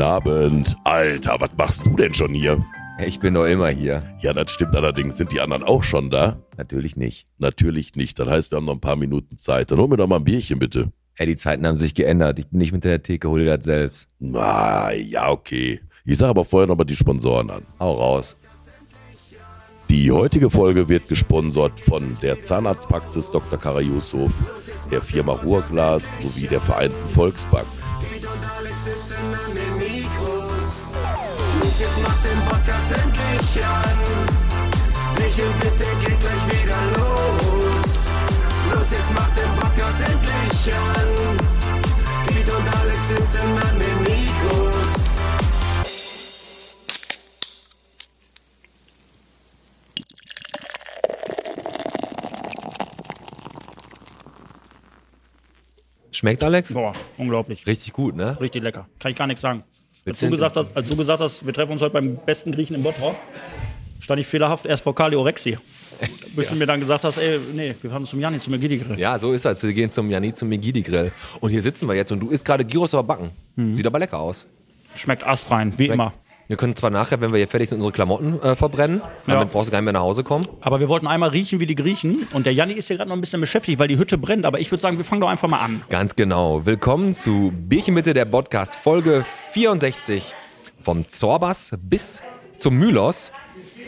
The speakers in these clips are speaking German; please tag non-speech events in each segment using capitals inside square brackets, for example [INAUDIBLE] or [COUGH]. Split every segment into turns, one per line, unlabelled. Abend. Alter, was machst du denn schon hier?
Ich bin doch immer hier.
Ja, das stimmt allerdings. Sind die anderen auch schon da?
Natürlich nicht.
Natürlich nicht. Das heißt, wir haben noch ein paar Minuten Zeit. Dann hol mir doch mal ein Bierchen, bitte.
Ey, die Zeiten haben sich geändert. Ich bin nicht mit der Theke, hol dir das selbst.
Na, ja, okay. Ich sag aber vorher nochmal die Sponsoren an.
Hau raus.
Die heutige Folge wird gesponsert von der Zahnarztpraxis Dr. Kara Yusuf, der Firma Ruhrglas sowie der Vereinten Volksbank.
jetzt mach den Podcast endlich an. Michel, bitte geht gleich wieder los. Los, jetzt mach den Podcast endlich an. Piet und Alex sitzen an den Mikros.
Schmeckt, Alex?
Boah, unglaublich.
Richtig gut, ne?
Richtig lecker. Kann ich gar nichts sagen. Als du,
Dezent.
gesagt hast, als du gesagt hast, wir treffen uns heute beim besten Griechen im Bottrop, stand ich fehlerhaft erst
[LAUGHS]
vor Kalliorexi. Bis du mir dann gesagt hast, ey, nee, wir fahren zum Janis, zum Ägidi-Grill.
Ja, so ist das. Wir gehen zum Jani zum Megidi-Grill. Und hier sitzen wir jetzt und du isst gerade Gyros aber backen. Sieht aber lecker aus.
Schmeckt astrein, wie immer.
Wir können zwar nachher, wenn wir hier fertig sind, unsere Klamotten äh, verbrennen. Damit brauchst du gar nicht mehr nach Hause kommen.
Aber wir wollten einmal riechen wie die Griechen. Und der Janni ist hier gerade noch ein bisschen beschäftigt, weil die Hütte brennt. Aber ich würde sagen, wir fangen doch einfach mal an.
Ganz genau. Willkommen zu Bierchen Mitte, der Podcast Folge 64. Vom Zorbas bis zum Mylos,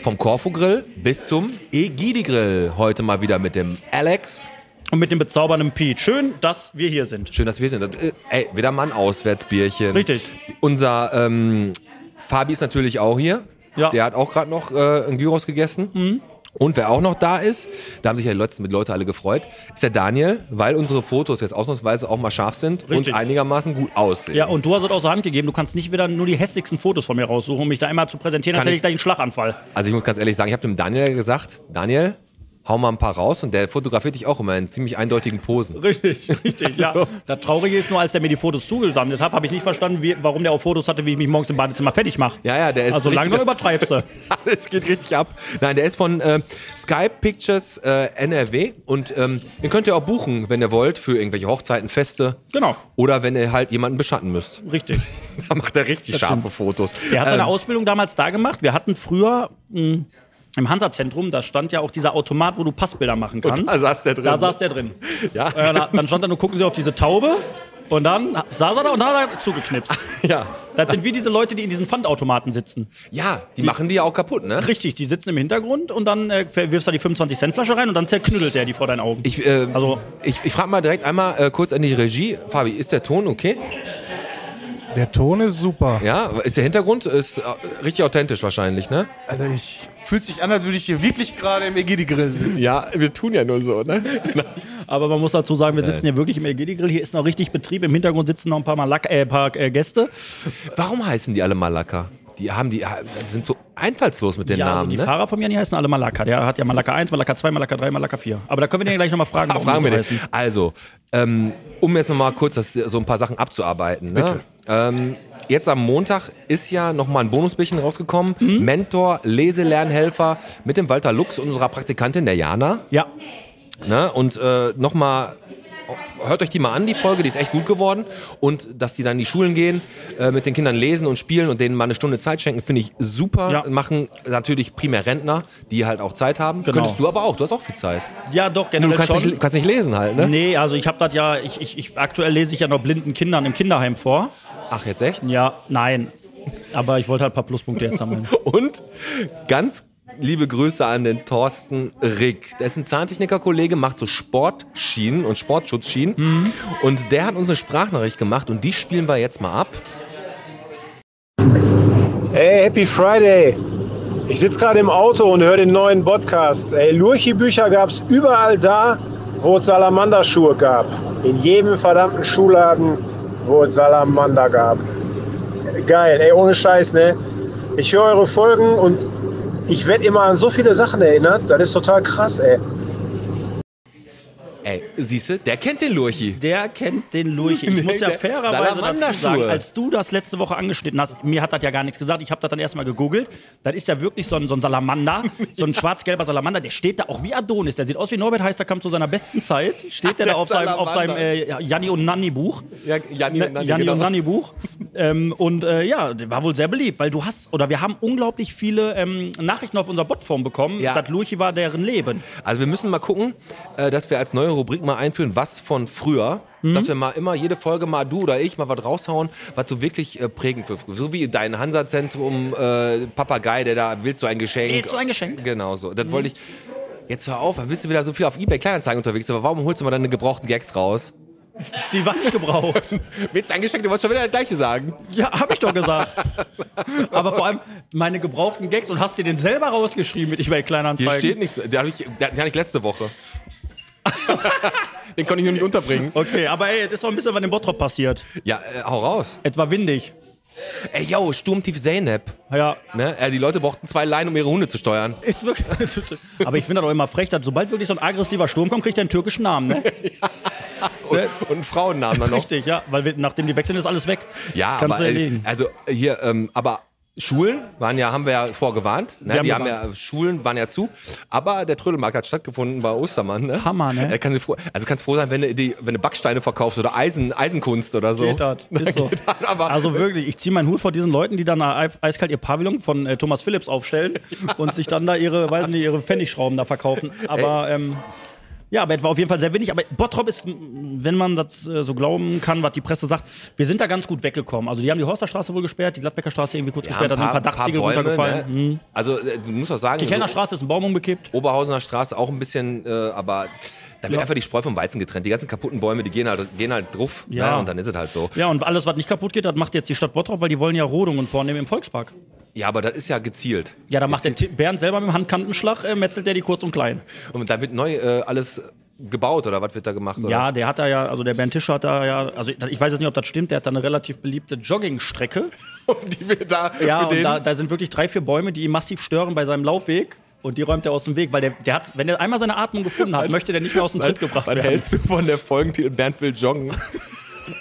vom Corfu Grill bis zum Egidi Grill. Heute mal wieder mit dem Alex.
Und mit dem bezaubernden Piet. Schön, dass wir hier sind.
Schön, dass wir sind. Das, äh, ey, wieder mal ein Auswärtsbierchen.
Richtig.
Unser ähm, Fabi ist natürlich auch hier.
Ja. Mhm.
Der hat auch gerade noch äh, einen Gyros gegessen. Und wer auch noch da ist, da haben sich ja die letzten mit Leute alle gefreut, ist der Daniel, weil unsere Fotos jetzt ausnahmsweise auch mal scharf sind
Richtig.
und einigermaßen gut aussehen.
Ja, und du hast es aus der Hand gegeben. Du kannst nicht wieder nur die hässlichsten Fotos von mir raussuchen, um mich da einmal zu präsentieren, als
Kann
hätte
ich-
ich da einen Schlaganfall.
Also ich muss ganz ehrlich sagen, ich habe dem Daniel gesagt, Daniel, hau mal ein paar raus und der fotografiert dich auch immer in ziemlich eindeutigen Posen.
Richtig, [LAUGHS] richtig, ja.
Also-
Das Traurige ist nur, als der mir die Fotos zugesammelt hat, habe ich nicht verstanden, wie, warum der auch Fotos hatte, wie ich mich morgens im Badezimmer fertig mache.
Ja, ja, der ist
Also
ein
langsam
richtiges-
übertreibst du.
[LAUGHS] Alles geht richtig ab. Nein, der ist von äh, Skype Pictures äh, NRW und ähm, den könnt ihr auch buchen, wenn ihr wollt, für irgendwelche Hochzeiten, Feste.
Genau.
Oder wenn ihr halt jemanden beschatten müsst. [LAUGHS]
Richtig.
Da macht er richtig scharfe Fotos. Ähm,
Der hat seine Ausbildung damals da gemacht. Wir hatten früher mh, im Hansa-Zentrum, da stand ja auch dieser Automat, wo du Passbilder machen kannst.
[LAUGHS] da saß der also drin.
Da saß der drin.
Ja.
Äh, na, dann stand da nur, gucken Sie auf diese Taube. Und dann saß er da und da hat er zugeknipst.
ja.
Das sind wie diese Leute, die in diesen Pfandautomaten sitzen.
ja, die, machen die ja auch kaputt, ne?
Richtig, die sitzen im Hintergrund und dann äh, wirfst du da die 25-Cent-Flasche rein und dann zerknüttelt der die vor deinen Augen.
Ich, äh,
Also-
ich, ich frage mal direkt einmal äh, kurz an die Regie. Fabi, ist der Ton okay?
Der Ton ist super.
Ja, ist der Hintergrund? Ist äh, richtig authentisch wahrscheinlich, ne?
Also ich fühlt sich an, als würde ich hier wirklich gerade im Ägidi-Grill [LAUGHS] sitzen.
Ja, wir tun ja nur so, ne?
Aber man muss dazu
Äh.
sagen, wir sitzen hier wirklich im LGD-Grill. Hier ist noch richtig Betrieb. Im Hintergrund sitzen noch ein paar, mal Lack, äh, paar äh, Gäste.
Warum heißen die alle Malaka? Die haben die sind so einfallslos mit den
ja, also
Namen,
die
ne?
Fahrer von mir, die heißen alle Malaka. Der hat ja Malaka 1, Malaka 2, Malaka 3, Malaka 4. Aber da können wir den ja gleich
[LAUGHS]
nochmal fragen,
Ah, fragen
die
wir
so
den.
heißen.
Also, ähm, um jetzt nochmal kurz das, so ein paar Sachen abzuarbeiten. Ne? Ähm, jetzt am Montag ist ja nochmal ein Bonusbildchen rausgekommen.
Mhm.
Mentor, Leselernhelfer mit dem Walter Lux, unserer Praktikantin, der Jana.
Ja,
Ne? Und äh, nochmal, hört euch die mal an, die Folge, die ist echt gut geworden. Und dass die dann in die Schulen gehen, äh, mit den Kindern lesen und spielen und denen mal eine Stunde Zeit schenken, finde ich super.
Ja.
Machen natürlich primär Rentner, die halt auch Zeit haben.
Genau.
Könntest du aber auch, du hast auch viel Zeit.
ja doch,
Du
generell
kannst
schon.
nicht, kannst nicht lesen halt, ne?
Nee, also ich habe das ja, ich, ich, ich, aktuell lese ich ja noch blinden Kindern im Kinderheim vor.
Ach, jetzt echt?
Ja, nein. Aber ich wollte halt ein paar Pluspunkte jetzt sammeln.
Und ganz liebe Grüße an den Thorsten Rick. Der ist ein Zahntechniker-Kollege, macht so Sportschienen und Sportschutzschienen.
Mhm.
Und der hat uns eine Sprachnachricht gemacht und die spielen wir jetzt mal ab.
Hey, Happy Friday! Ich sitze gerade im Auto und höre den neuen Podcast. Ey, Lurchi-Bücher gab es überall da, wo es Salamanderschuhe gab. In jedem verdammten Schuhladen, wo es Salamander gab. Geil, ey, ohne Scheiß, ne? Ich höre eure Folgen und ich werde immer an so viele Sachen erinnert. Das ist total krass, ey.
Ey, siehste, der kennt den Lurchi.
Der kennt den
[LAUGHS]
Lurch. Ich muss ja
der
fairerweise dazu sagen,
Salamanderschuhe.
als du das letzte Woche angeschnitten hast, mir hat das ja gar nichts gesagt. Ich habe das dann erstmal gegoogelt. Das ist ja wirklich so ein, so
[LAUGHS]
ein Salamander, so ein schwarz-gelber Salamander. Der steht da auch wie Adonis. Der sieht aus wie Norbert Heißer kam zu seiner
[LAUGHS]
besten Zeit. Steht der da
Der
auf seinem, auf seinem
Salamander.
äh, Janni und Nanni Buch.
Ja, Janni und Nanni,
Ne, Janni und
genau.
Nanni Buch. ähm, und äh, ja, der war wohl sehr beliebt, weil du hast, oder wir haben unglaublich viele ähm, Nachrichten auf unserer Botform bekommen,
Ja.
dass Lurchi war deren Leben.
Also wir müssen mal gucken, äh, dass wir als neue Rubrik mal einführen, was von früher,
Mhm.
dass wir mal immer jede Folge mal du oder ich mal was raushauen, was so wirklich äh, prägend für früher. So wie dein Hansa-Zentrum, äh, Papagei, der da willst du ein Geschenk.
Willst du ein Geschenk? Mhm.
Genau so. Das wollte ich. Jetzt hör auf, bist du wieder so viel auf Ebay Kleinanzeigen unterwegs, aber warum holst du mal deine gebrauchten Gags raus?
Die war nicht gebraucht.
[LAUGHS] Willst du ein Geschenk? Du wolltest schon wieder das gleiche sagen.
Ja, hab ich doch gesagt. Aber vor allem meine gebrauchten Gags und hast dir den selber rausgeschrieben mit eBay
Hier
Kleinanzeigen.
steht nichts. Den hatte ich, den hatte ich letzte Woche. [LAUGHS] den konnte ich nur nicht unterbringen.
Okay, aber ey, das ist auch ein bisschen was im Bottrop passiert.
Ja, äh, hau raus.
Etwa windig.
Ey, yo, Sturmtief Zeynep.
Ja,
Ne? Äh, die Leute brauchten zwei Leinen, um ihre Hunde zu steuern.
ist wirklich. [LAUGHS] aber ich finde das auch immer frech, dass sobald wirklich so ein aggressiver Sturm kommt, kriegt er einen türkischen Namen, ne?
Und, und einen Frauennamen dann noch.
Richtig, ja, weil wir, nachdem die wechseln, ist alles weg.
Ja,
Kannst
aber
du
äh,
erledigen.
also äh, hier, ähm, aber Schulen waren ja, haben wir ja vorgewarnt. Ne?
haben
die haben
gewarnt.
ja Schulen waren ja zu, aber der Trödelmarkt hat stattgefunden bei Ostermann. Ne?
Hammer, ne?
Äh, kann sie froh, also kannst froh sein, wenn du, die, wenn du Backsteine verkaufst oder Eisen, Eisenkunst oder so. Ne, [LAUGHS]
Geht das, ist so.
Geht das, aber
also wirklich, ich ziehe meinen Hut vor diesen Leuten, die dann da eif- eiskalt ihr Pavillon von äh, Thomas Phillips aufstellen
[LAUGHS]
und sich dann da ihre, weiß nicht, ihre Pfennigschrauben da verkaufen. Aber ähm, ja, aber es war auf jeden Fall sehr wenig. Aber Bottrop ist, m, wenn man das äh, so glauben kann, was die Presse sagt, wir sind da ganz gut weggekommen. Also die haben die Horsterstraße wohl gesperrt, die Gladbecker Straße irgendwie kurz
ja,
gesperrt, da sind ein paar Dachziegel runtergefallen. Mhm.
ne? Also äh, du musst auch sagen,
Die Kellner
so,
Straße ist ein Baum umgekippt.
Oberhausener Straße auch ein bisschen, äh, aber da wird einfach die Spreu vom Weizen getrennt. Die ganzen kaputten Bäume, die gehen halt, gehen halt drauf.
Ja.
Ne? Und dann ist es halt so.
Ja, und alles, was nicht kaputt geht, das macht jetzt die Stadt Bottrop, weil die wollen ja Rodungen vornehmen im Volkspark.
Ja, aber das ist ja gezielt.
Ja, da macht der Ti- Bernd selber mit dem Handkantenschlag, äh, metzelt der die kurz und klein.
Und da wird neu äh, alles gebaut oder was wird da gemacht? Oder?
Ja, der hat da ja, also der Bernd Tischer hat da ja, also ich weiß jetzt nicht, ob das stimmt, der hat da eine relativ beliebte Joggingstrecke.
[LAUGHS] Und die wird da
Ja,
für
und
den,
da, da sind wirklich drei, vier Bäume, die ihn massiv stören bei seinem Laufweg. Und die räumt er aus dem Weg, weil der, der hat, wenn er einmal seine Atmung gefunden hat, möchte der nicht mehr aus dem Tritt gebracht
dann
werden.
hältst du von der Folgentitel Bernd will joggen.
[LAUGHS]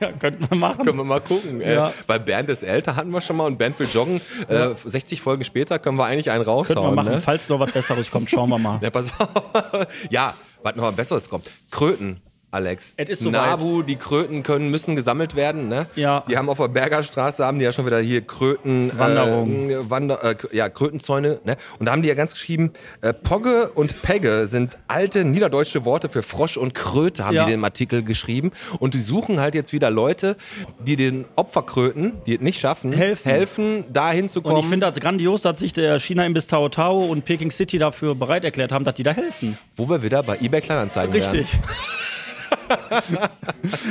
Ja, könnten wir machen.
Können wir mal gucken. Ey.
Ja.
Weil Bernd ist älter, hatten wir schon mal und Bernd will joggen. Äh, 60 Folgen später können wir eigentlich einen
Könnten wir
raushauen.
machen.
Ne?
Falls noch was Besseres kommt, schauen wir mal.
[LAUGHS] Ja, pass auf. ja, was noch Besseres kommt. Kröten. Alex.
Es ist soweit.
Nabu, die Kröten können, müssen gesammelt werden, ne?
Ja.
Die haben auf der Bergerstraße, haben die ja schon wieder hier Kröten...
Wanderung.
Äh, Wander, äh, ja, Krötenzäune, ne? Und da haben die ja ganz geschrieben, äh, Pogge und Pegge sind alte niederdeutsche Worte für Frosch und Kröte, haben
Ja.
die den Artikel geschrieben. Und die suchen halt jetzt wieder Leute, die den Opferkröten, die es nicht schaffen,
Helfen.
helfen dahin zu kommen.
Und ich finde das grandios, dass sich der China-Imbiss Tao Tao und Peking City dafür bereit erklärt haben, dass die da helfen.
wo wir wieder bei eBay Kleinanzeigen wären.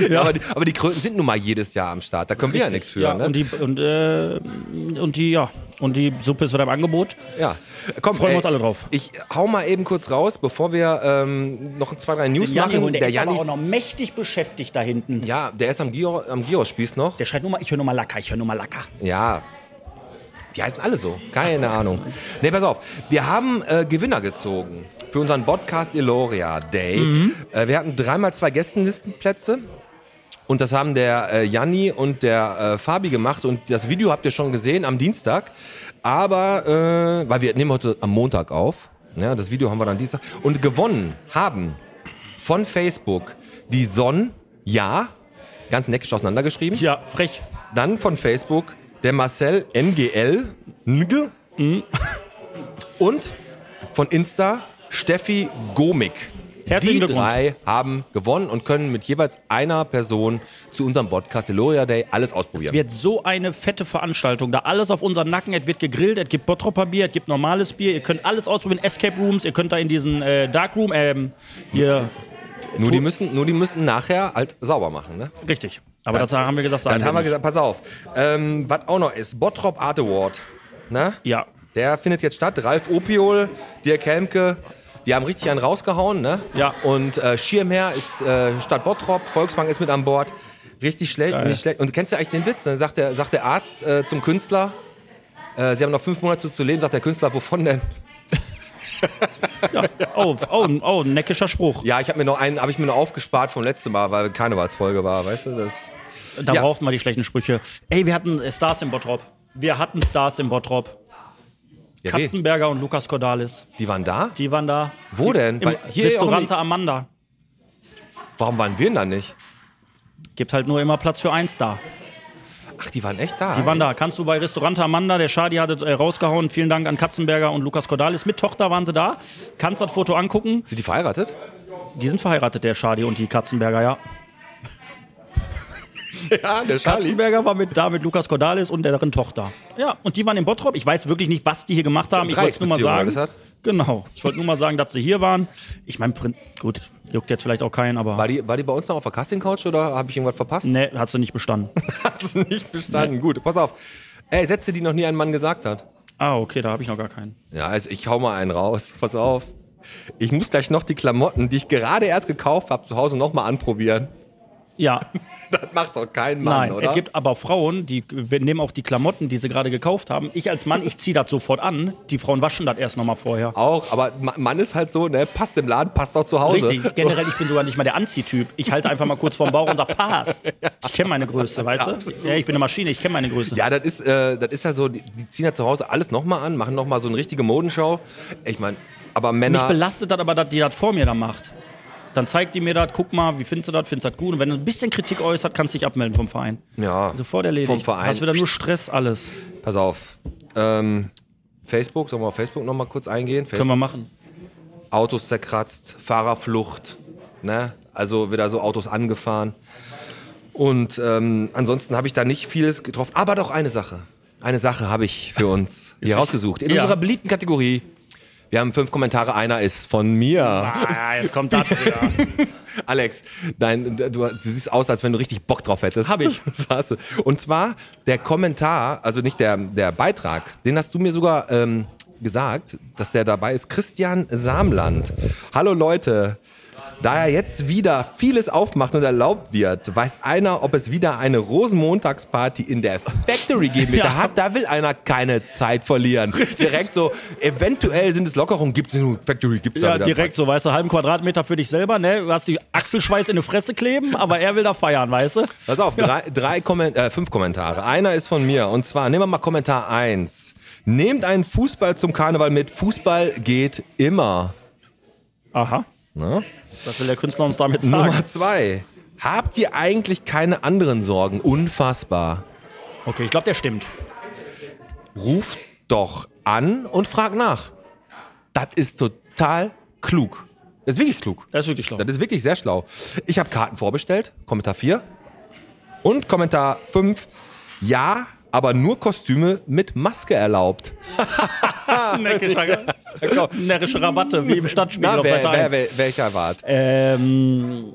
Ja. Aber, die, aber die Kröten sind nun mal jedes Jahr am Start. Da können wir ja nichts für.
Ja,
ne?
und die, und, äh, und die, ja. Und die Suppe ist wieder im Angebot.
ja. Komm,
Freuen wir
ey,
uns alle drauf.
Ich hau mal eben kurz raus, bevor wir ähm, noch zwei, drei News machen.
holen, der, ist aber auch noch mächtig beschäftigt da hinten.
ja, der ist am, Giro, am Gyros-Spieß noch.
Der schreit nur mal, ich höre nur mal Lacker, ich höre nur mal Lacker.
ja. Die heißen alle so. Keine Ahnung. Nee, pass auf. Wir haben äh, Gewinner gezogen für unseren Podcast Eloria Day. Äh, wir hatten dreimal zwei Gästenlistenplätze. Und das haben der äh, Janni und der äh, Fabi gemacht. Und das Video habt ihr schon gesehen am Dienstag. Aber, äh, weil wir nehmen heute am Montag auf. Ja, das Video haben wir dann Dienstag. Und gewonnen haben von Facebook die Son, ja, ganz neckisch auseinandergeschrieben.
Ja, frech.
Dann von Facebook der Marcel NGL Nge,
Mhm.
und von Insta Steffi Gomik. Die
Herzlichen Glückwunsch.
drei haben gewonnen und können mit jeweils einer Person zu unserem Podcast Eloria Day alles
Es
ausprobieren.
wird so eine fette Veranstaltung. Da alles auf unseren Nacken. Es wird gegrillt, es gibt Bottropper Bier, es gibt normales Bier. Ihr könnt alles ausprobieren. Escape Rooms, ihr könnt da in diesen äh, Dark Room, ähm, hier,
nur, die müssen, nur die müssen nachher halt sauber machen. Ne?
richtig. Aber das haben wir gesagt, sagen
Dann haben wir
nicht.
gesagt, pass auf. Ähm, was auch noch ist, Bottrop Art Award. Ne?
Ja.
Der findet jetzt statt. Ralf Opiol, Dirk Helmke, die haben richtig einen rausgehauen, ne?
Ja.
Und äh, Schirmherr ist äh, Stadt Bottrop, Volkswagen ist mit an Bord. Richtig schlecht, nicht schlecht. Und du kennst ja eigentlich den Witz, dann sagt der, sagt der Arzt äh, zum Künstler, äh, sie haben noch fünf Monate zu leben, sagt der Künstler, wovon denn?
[LAUGHS] Ja. Oh, oh, oh, ein neckischer Spruch.
Ja, ich habe mir noch einen, habe ich mir noch aufgespart vom letzten Mal, weil Karnevalsfolge war, weißt du? Das,
Da
Ja.
brauchten wir die schlechten Sprüche. Ey, wir hatten äh, Stars im Bottrop. Wir hatten Stars im Bottrop.
ja, weh.
Katzenberger und Lukas Cordalis.
die waren da?
Die waren da.
Wo denn?
Im
Weil hier
Restaurante
auch
Amanda.
nicht- Warum waren wir denn da nicht?
Gibt halt nur immer Platz für eins da.
Ach, die waren echt da.
Die waren da. Kannst du bei Restaurante Amanda, der Schadi hat es äh, rausgehauen. Vielen Dank an Katzenberger und Lukas Cordalis. Mit Tochter waren sie da. Kannst das Foto angucken.
Sind die
[LAUGHS]
verheiratet?
Die sind verheiratet, der Schadi und die Katzenberger, ja.
Ja, der
Katzenberger war mit, da mit Lukas Cordalis und deren Tochter. Ja, und die waren in Bottrop. Ich weiß wirklich nicht, was die hier gemacht haben. Ich wollte es nur mal
Dreiecksbeziehung war
sagen.
das halt?
Genau. Ich wollte nur mal sagen, dass sie hier waren. Ich meine, Prin- gut, juckt jetzt vielleicht auch keinen, aber.
War die, war die bei uns noch auf der Casting-Couch oder habe ich irgendwas verpasst?
Nee, hat sie nicht bestanden.
[LAUGHS] Hat sie nicht bestanden. Gut, pass auf. Ey, Sätze, die noch nie ein Mann gesagt hat.
Ah, okay, da habe ich noch gar keinen.
Ja, also ich hau mal einen raus. Pass auf. Ich muss gleich noch die Klamotten, die ich gerade erst gekauft habe, zu Hause nochmal anprobieren. [LAUGHS]
Ja,
Das macht doch kein Mann,
nein.
oder?
Es gibt aber Frauen, die wir nehmen auch die Klamotten, die sie gerade gekauft haben. Ich als Mann, ich ziehe das sofort an. Die Frauen waschen das erst nochmal vorher.
auch, aber Ma- Mann ist halt so, ne, passt im Laden, passt auch zu Hause.
Richtig. genau. Generell, ich bin sogar nicht mal der Anziehtyp. Ich halte einfach mal kurz vorm Bauch und sage, passt. Ich kenne meine Größe, weißt du? Ja, ich bin eine Maschine, ich kenne meine Größe.
Ja, das ist, äh, das ist ja so, die, die ziehen ja zu Hause alles nochmal an, machen nochmal so eine richtige Modenschau. Ich meine, aber
Mich
Männer.
belastet das aber, dass die das vor mir da macht. Dann zeigt die mir das, guck mal, wie findest du das, findest du das gut? Und wenn du ein bisschen Kritik äußert, kannst du dich abmelden vom Verein.
Ja,
Sofort erledigt.
Vom Verein.
Hast wieder nur Stress, alles.
Pass auf. Ähm, Facebook, sollen wir auf Facebook nochmal kurz eingehen?
Können wir machen.
Autos zerkratzt, Fahrerflucht, ne? Also wieder so Autos angefahren. Und ähm, ansonsten habe ich da nicht vieles getroffen. Aber doch eine Sache. Eine Sache habe ich für uns hier rausgesucht. In
Ja.
unserer beliebten Kategorie. Wir haben fünf Kommentare, einer ist von mir.
Ah, jetzt kommt [LAUGHS] das wieder.
Alex, dein, du, du siehst aus, als wenn du richtig Bock drauf hättest.
Hab ich.
[LAUGHS] Das hast du. Und zwar der Kommentar, also nicht der, der Beitrag, den hast du mir sogar ähm, gesagt, dass der dabei ist. Christian Samland. Hallo Leute. Da er jetzt wieder vieles aufmacht und erlaubt wird, weiß einer, ob es wieder eine Rosenmontagsparty in der Factory geben
[LAUGHS]
wird. Da,
Ja.
hat, da will einer keine Zeit verlieren. Direkt so, eventuell sind es Lockerungen, gibt es in der Factory, gibt es
Ja, direkt so, weißt du, halben Quadratmeter für dich selber, ne? Du hast die Achselschweiß in die Fresse kleben, aber er will da feiern, weißt du?
Pass auf, drei, drei Komment äh, fünf Kommentare. Einer ist von mir. Und zwar, nehmen wir mal Kommentar 1. Nehmt einen Fußball zum Karneval mit. Fußball geht immer.
Aha.
Ne?
Was will der Künstler uns damit sagen?
Nummer 2. Habt ihr eigentlich keine anderen Sorgen? Unfassbar.
Okay, ich glaube, der stimmt.
Ruft doch an und fragt nach. Das ist total klug. Das ist wirklich klug.
Der ist wirklich schlau.
Das ist wirklich sehr schlau. Ich habe Karten vorbestellt, Kommentar 4. Und Kommentar 5. Ja, aber nur Kostüme mit Maske erlaubt.
[LAUGHS]
[LAUGHS]
Neckischer, närrische Rabatte, wie im Stadtspiegel
Na,
auf
wer,
Seite
wer,
1.
wer, welcher Wart?
Ähm,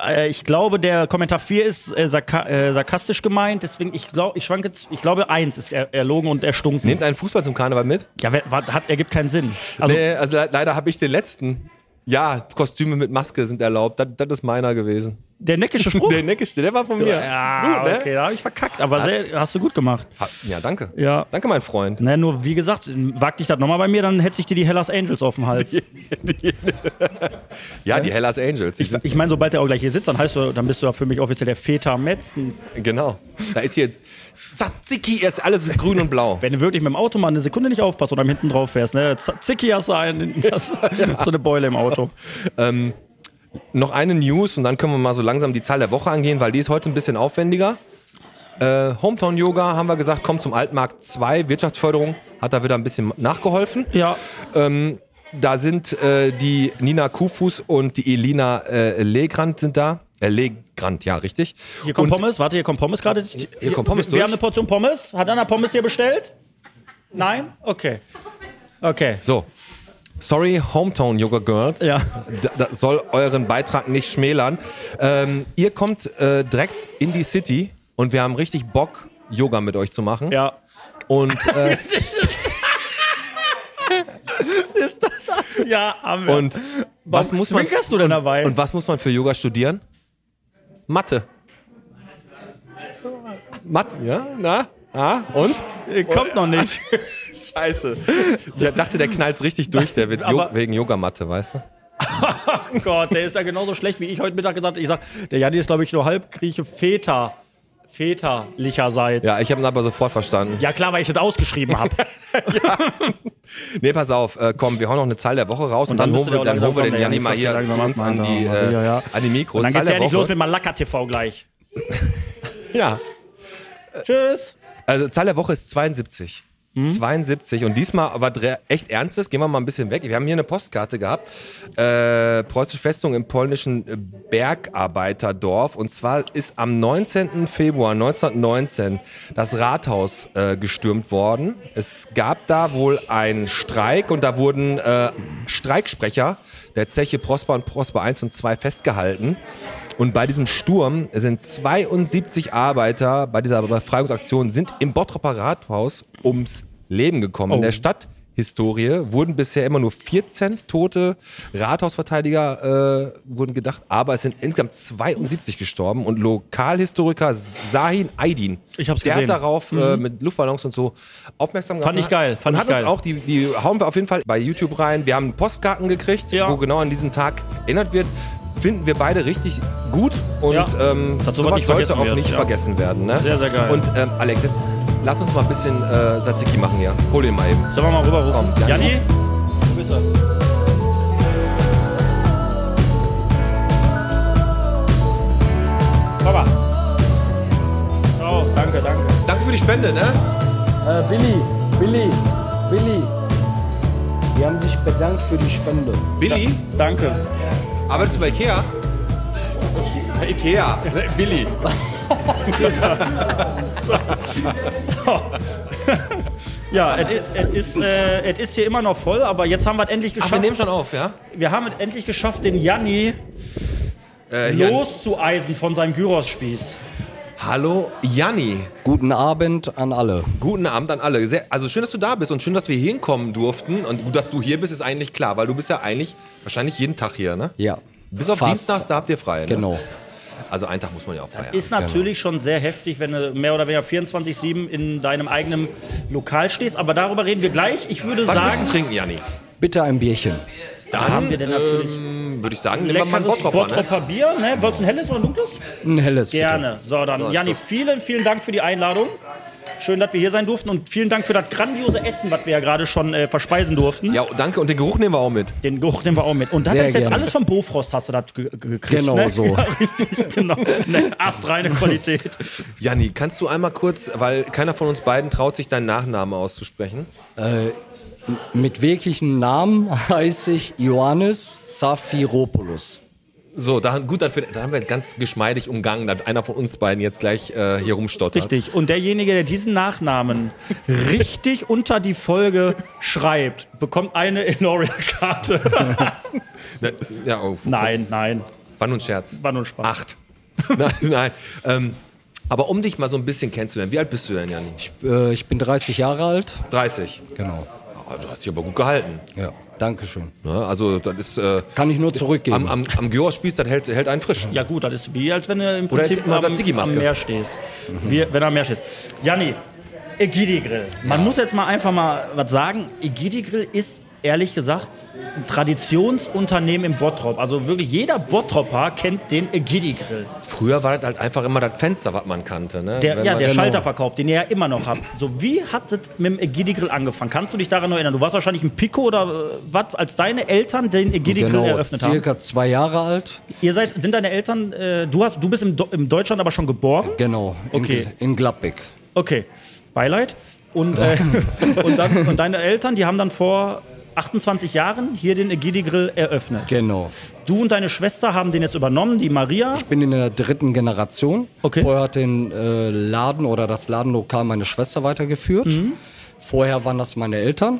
äh, ich glaube, der Kommentar 4 ist äh, sarka äh, sarkastisch gemeint, deswegen, ich, glaub, ich schwank jetzt, ich glaube, 1 ist er erlogen und erstunken.
Nehmt einen Fußball zum Karneval mit?
Ja, wer, wat, hat, ergibt keinen Sinn. Also,
nee, also le leider habe ich den letzten. Ja, Kostüme mit Maske sind erlaubt. Das, das ist meiner gewesen.
der
[LAUGHS]
neckische Spruch.
Der neckische, der war von mir.
ja,
Gut, ne?
okay, da habe ich verkackt, aber sehr, hast du gut gemacht.
Ha- Ja, danke.
Ja.
Danke, mein Freund.
Na, Ne, nur wie gesagt, wag dich das nochmal bei mir, dann hätte ich dir die Hellas Angels auf
[LAUGHS]
dem Hals.
Ja, die Hellas Angels. Die
Ich, ich meine, sobald der auch gleich hier sitzt, dann heißt du, dann bist du ja für mich offiziell der Feta Metzen.
sind, genau. Da ist hier Tzatziki, erst alles grün und blau.
Wenn du wirklich mit dem Auto mal eine Sekunde nicht aufpasst oder am hinten drauf fährst, ne? Z- Zicki hast du einen, hast [LAUGHS] so eine Beule im Auto.
Noch eine News und dann können wir mal so langsam die Zahl der Woche angehen, weil die ist heute ein bisschen aufwendiger. Äh, Hometown Yoga haben wir gesagt, kommt zum Altmarkt 2. Wirtschaftsförderung hat da wieder ein bisschen nachgeholfen.
Ja,
Da sind äh, die Nina Kufus und die Elina äh, Legrand sind da. Äh, Legrand, ja, richtig.
hier kommt
und
Pommes. Warte, hier kommt Pommes gerade. Hier
kommt Pommes
Wir,
durch.
wir haben eine Portion Pommes. Hat einer Pommes hier bestellt? Nein? Okay. Okay.
So. Sorry, Hometown Yoga Girls.
Ja.
D- Das soll euren Beitrag nicht schmälern. Ähm, ihr kommt äh, direkt in die City und wir haben richtig Bock, Yoga mit euch zu machen.
Ja.
Und
[LAUGHS]
äh,
Ja, haben wir.
Und was muss man
zwinkerst du denn
und,
dabei?
Und was muss man für Yoga studieren? Mathe. Mathe, ja? Na? Ah, und?
Äh, kommt noch nicht.
Scheiße. Ich dachte, der knallt's richtig durch, der wird jo
[LAUGHS] Aber-
wegen Yogamatte, weißt du?
Gott, der ist ja genauso schlecht wie ich heute Mittag gesagt habe. Ich sag, der Janni ist, glaube ich, nur Halbgrieche Väter. Väterlicherseits.
Ja, ich habe ihn aber sofort verstanden.
Ja, klar, weil ich das ausgeschrieben
[LAUGHS]
habe.
Nee, pass auf, äh, komm, wir hauen noch eine Zahl der Woche raus und,
dann
dann, holen
müsste
wir,
der auch
dann holen wir
langsam
den
kommen,
Janni
ey.
mal hier
Langsam
zu uns an
anfangen,
die,
da,
äh,
ja, ja.
An die Mikros.
Und dann
Zahl
geht's ja
der
nicht los
Woche.
mit Malaka TV gleich.
Ja.
Tschüss.
Also Zahl der Woche ist 72.
Hm?
72 und diesmal war dre- echt Ernstes. Gehen wir mal ein bisschen weg. Wir haben hier eine Postkarte gehabt. Äh, Preußische Festung im polnischen äh, Bergarbeiterdorf. Und zwar ist am 19. Februar 1919 das Rathaus äh, gestürmt worden. Es gab da wohl einen Streik und da wurden äh, Streiksprecher der Zeche Prosper und Prosper 1 und 2 festgehalten. Und bei diesem Sturm sind 72 Arbeiter bei dieser Befreiungsaktion sind im Bottroper Rathaus ums Leben gekommen. In der Stadthistorie wurden bisher immer nur 14 tote Rathausverteidiger äh, wurden gedacht, aber es sind insgesamt 72 gestorben und Lokalhistoriker Sahin Aydin,
Ich hab's
der
gesehen. Mhm.
hat darauf äh, mit Luftballons und so aufmerksam gemacht.
Fand ich geil,
und
fand ich
hat
geil.
uns auch die, die hauen wir auf jeden Fall bei YouTube rein. Wir haben Postkarten gekriegt,
Ja.
wo genau an diesen Tag erinnert wird. Finden wir beide richtig gut und
Ja.
ähm, sowas
Dass sowas nicht
sollte
vergessen
auch
wird,
nicht
ja.
vergessen werden. Ne?
Sehr, sehr geil.
Und ähm, Alex, jetzt lass uns mal ein bisschen äh, Tzatziki machen hier. Hol den mal eben.
Sollen wir mal rüberrufen?
Komm, Janni.
Janni? Grüße. Papa. Oh, danke, danke.
Danke für die Spende, ne?
Äh, Billy, Billy, Billy. Die haben sich bedankt für die Spende.
Billy,
Danke.
arbeitest du bei
[LAUGHS]
Ikea? Bei Ikea, Billy.
Ja, es ist- es ist, äh, es ist hier immer noch voll, aber jetzt haben wir es endlich
Ach, wir
geschafft.
nehmen schon auf, ja?
wir haben es endlich geschafft, den Janni
Äh, Jan-
loszueisen von seinem Gyros-Spieß.
Hallo, Janni.
Guten Abend an alle.
Guten Abend an alle. Sehr, also schön, dass du da bist und schön, dass wir hier hinkommen durften. Und gut, dass du hier bist, ist eigentlich klar, weil du bist ja eigentlich wahrscheinlich jeden Tag hier, ne?
Ja.
Bis auf
Fast.
Dienstags, da habt ihr frei. Ne?
Genau.
Also einen Tag muss man ja auch frei haben.
Ist natürlich schon sehr heftig, wenn du mehr oder weniger 24-7 in deinem eigenen Lokal stehst, aber darüber reden wir gleich. Ich würde
Was willst
sagen,
du trinken, Janni?
Bitte ein Bierchen.
Dann
haben wir denn natürlich
ähm, würde ich sagen, nehmen wir mal einen
leckeres
Bottropper, ne?
Bottropper Bier. Ne? Wolltest du ein helles oder ein dunkles?
Ein helles.
Gerne. So, dann, Janni, vielen, vielen Dank für die Einladung. Schön, dass wir hier sein durften und vielen Dank für das grandiose Essen, was wir ja gerade schon äh, verspeisen durften.
Ja, danke. Und den Geruch nehmen wir auch mit.
Den Geruch nehmen wir auch mit. Und das
Sehr
ist jetzt
gerne.
alles vom Bofrost, hast du das ge ge- gekriegt.
Genau
ne?
so.
[LAUGHS] Ja, richtig, genau. Ne,
[LAUGHS]
astreine Qualität.
Janni, kannst du einmal kurz, weil keiner von uns beiden traut sich, deinen Nachnamen auszusprechen.
bitte. Mit wirklichen Namen [LAUGHS] heiße ich Ioannis Zafiropoulos.
So, dann, gut, dann, dann haben wir jetzt ganz geschmeidig umgangen, dass einer von uns beiden jetzt gleich äh, hier rumstottert.
Richtig. Und derjenige, der diesen Nachnamen richtig unter die Folge schreibt, bekommt eine Enoria-Karte.
Ne, Ja, oh,
[LAUGHS] nein, nein.
war nur ein Scherz.
War nur ein Spaß.
Acht. [LAUGHS] nein, nein. Ähm, aber um dich mal so ein bisschen kennenzulernen, wie alt bist du denn, Janni?
Ich, äh, ich bin 30 Jahre alt.
30.
Genau.
Ah, du hast dich aber gut gehalten.
Ja. Dankeschön.
Ne? Also, das ist. Äh,
Kann ich nur zurückgeben.
am am, am Gyros-Spieß, das hält, hält einen frisch.
Ja gut, das ist wie, als wenn du im
Oder
Prinzip
eine
am,
Tzatziki-Maske.
am Meer stehst. Wie, wenn du am Meer stehst. Janni, Egidi-Grill. Man muss jetzt mal einfach mal was sagen. Egidi-Grill ist, ehrlich gesagt, ein Traditionsunternehmen im Bottrop. Also wirklich jeder Bottropper kennt den Egidi-Grill.
Früher war das halt einfach immer das Fenster, was man kannte. Ne?
Der,
Wenn
ja,
man-
der Schalterverkauf, den ihr ja immer noch habt. So, wie hat das mit dem Egidi-Grill angefangen? Kannst du dich daran noch erinnern? Du warst wahrscheinlich ein Pico oder äh, was, als deine Eltern den Egidi-Grill
genau,
eröffnet haben.
circa zwei Jahre alt.
Ihr seid, sind deine Eltern, äh, du, hast, du bist im, Do- im Deutschland aber schon geboren?
Genau.
Okay.
In, in Gladbeck.
Okay, Beileid. Und,
[LAUGHS]
äh, und, dann, und deine Eltern, die haben dann vor 28 Jahren hier den Egidi-Grill eröffnet.
Genau.
Du und deine Schwester haben den jetzt übernommen, die Maria.
Ich bin in der dritten Generation.
Okay.
Vorher hat den äh, Laden
Mhm.
oder das Ladenlokal meine Schwester weitergeführt. Vorher waren das meine Eltern.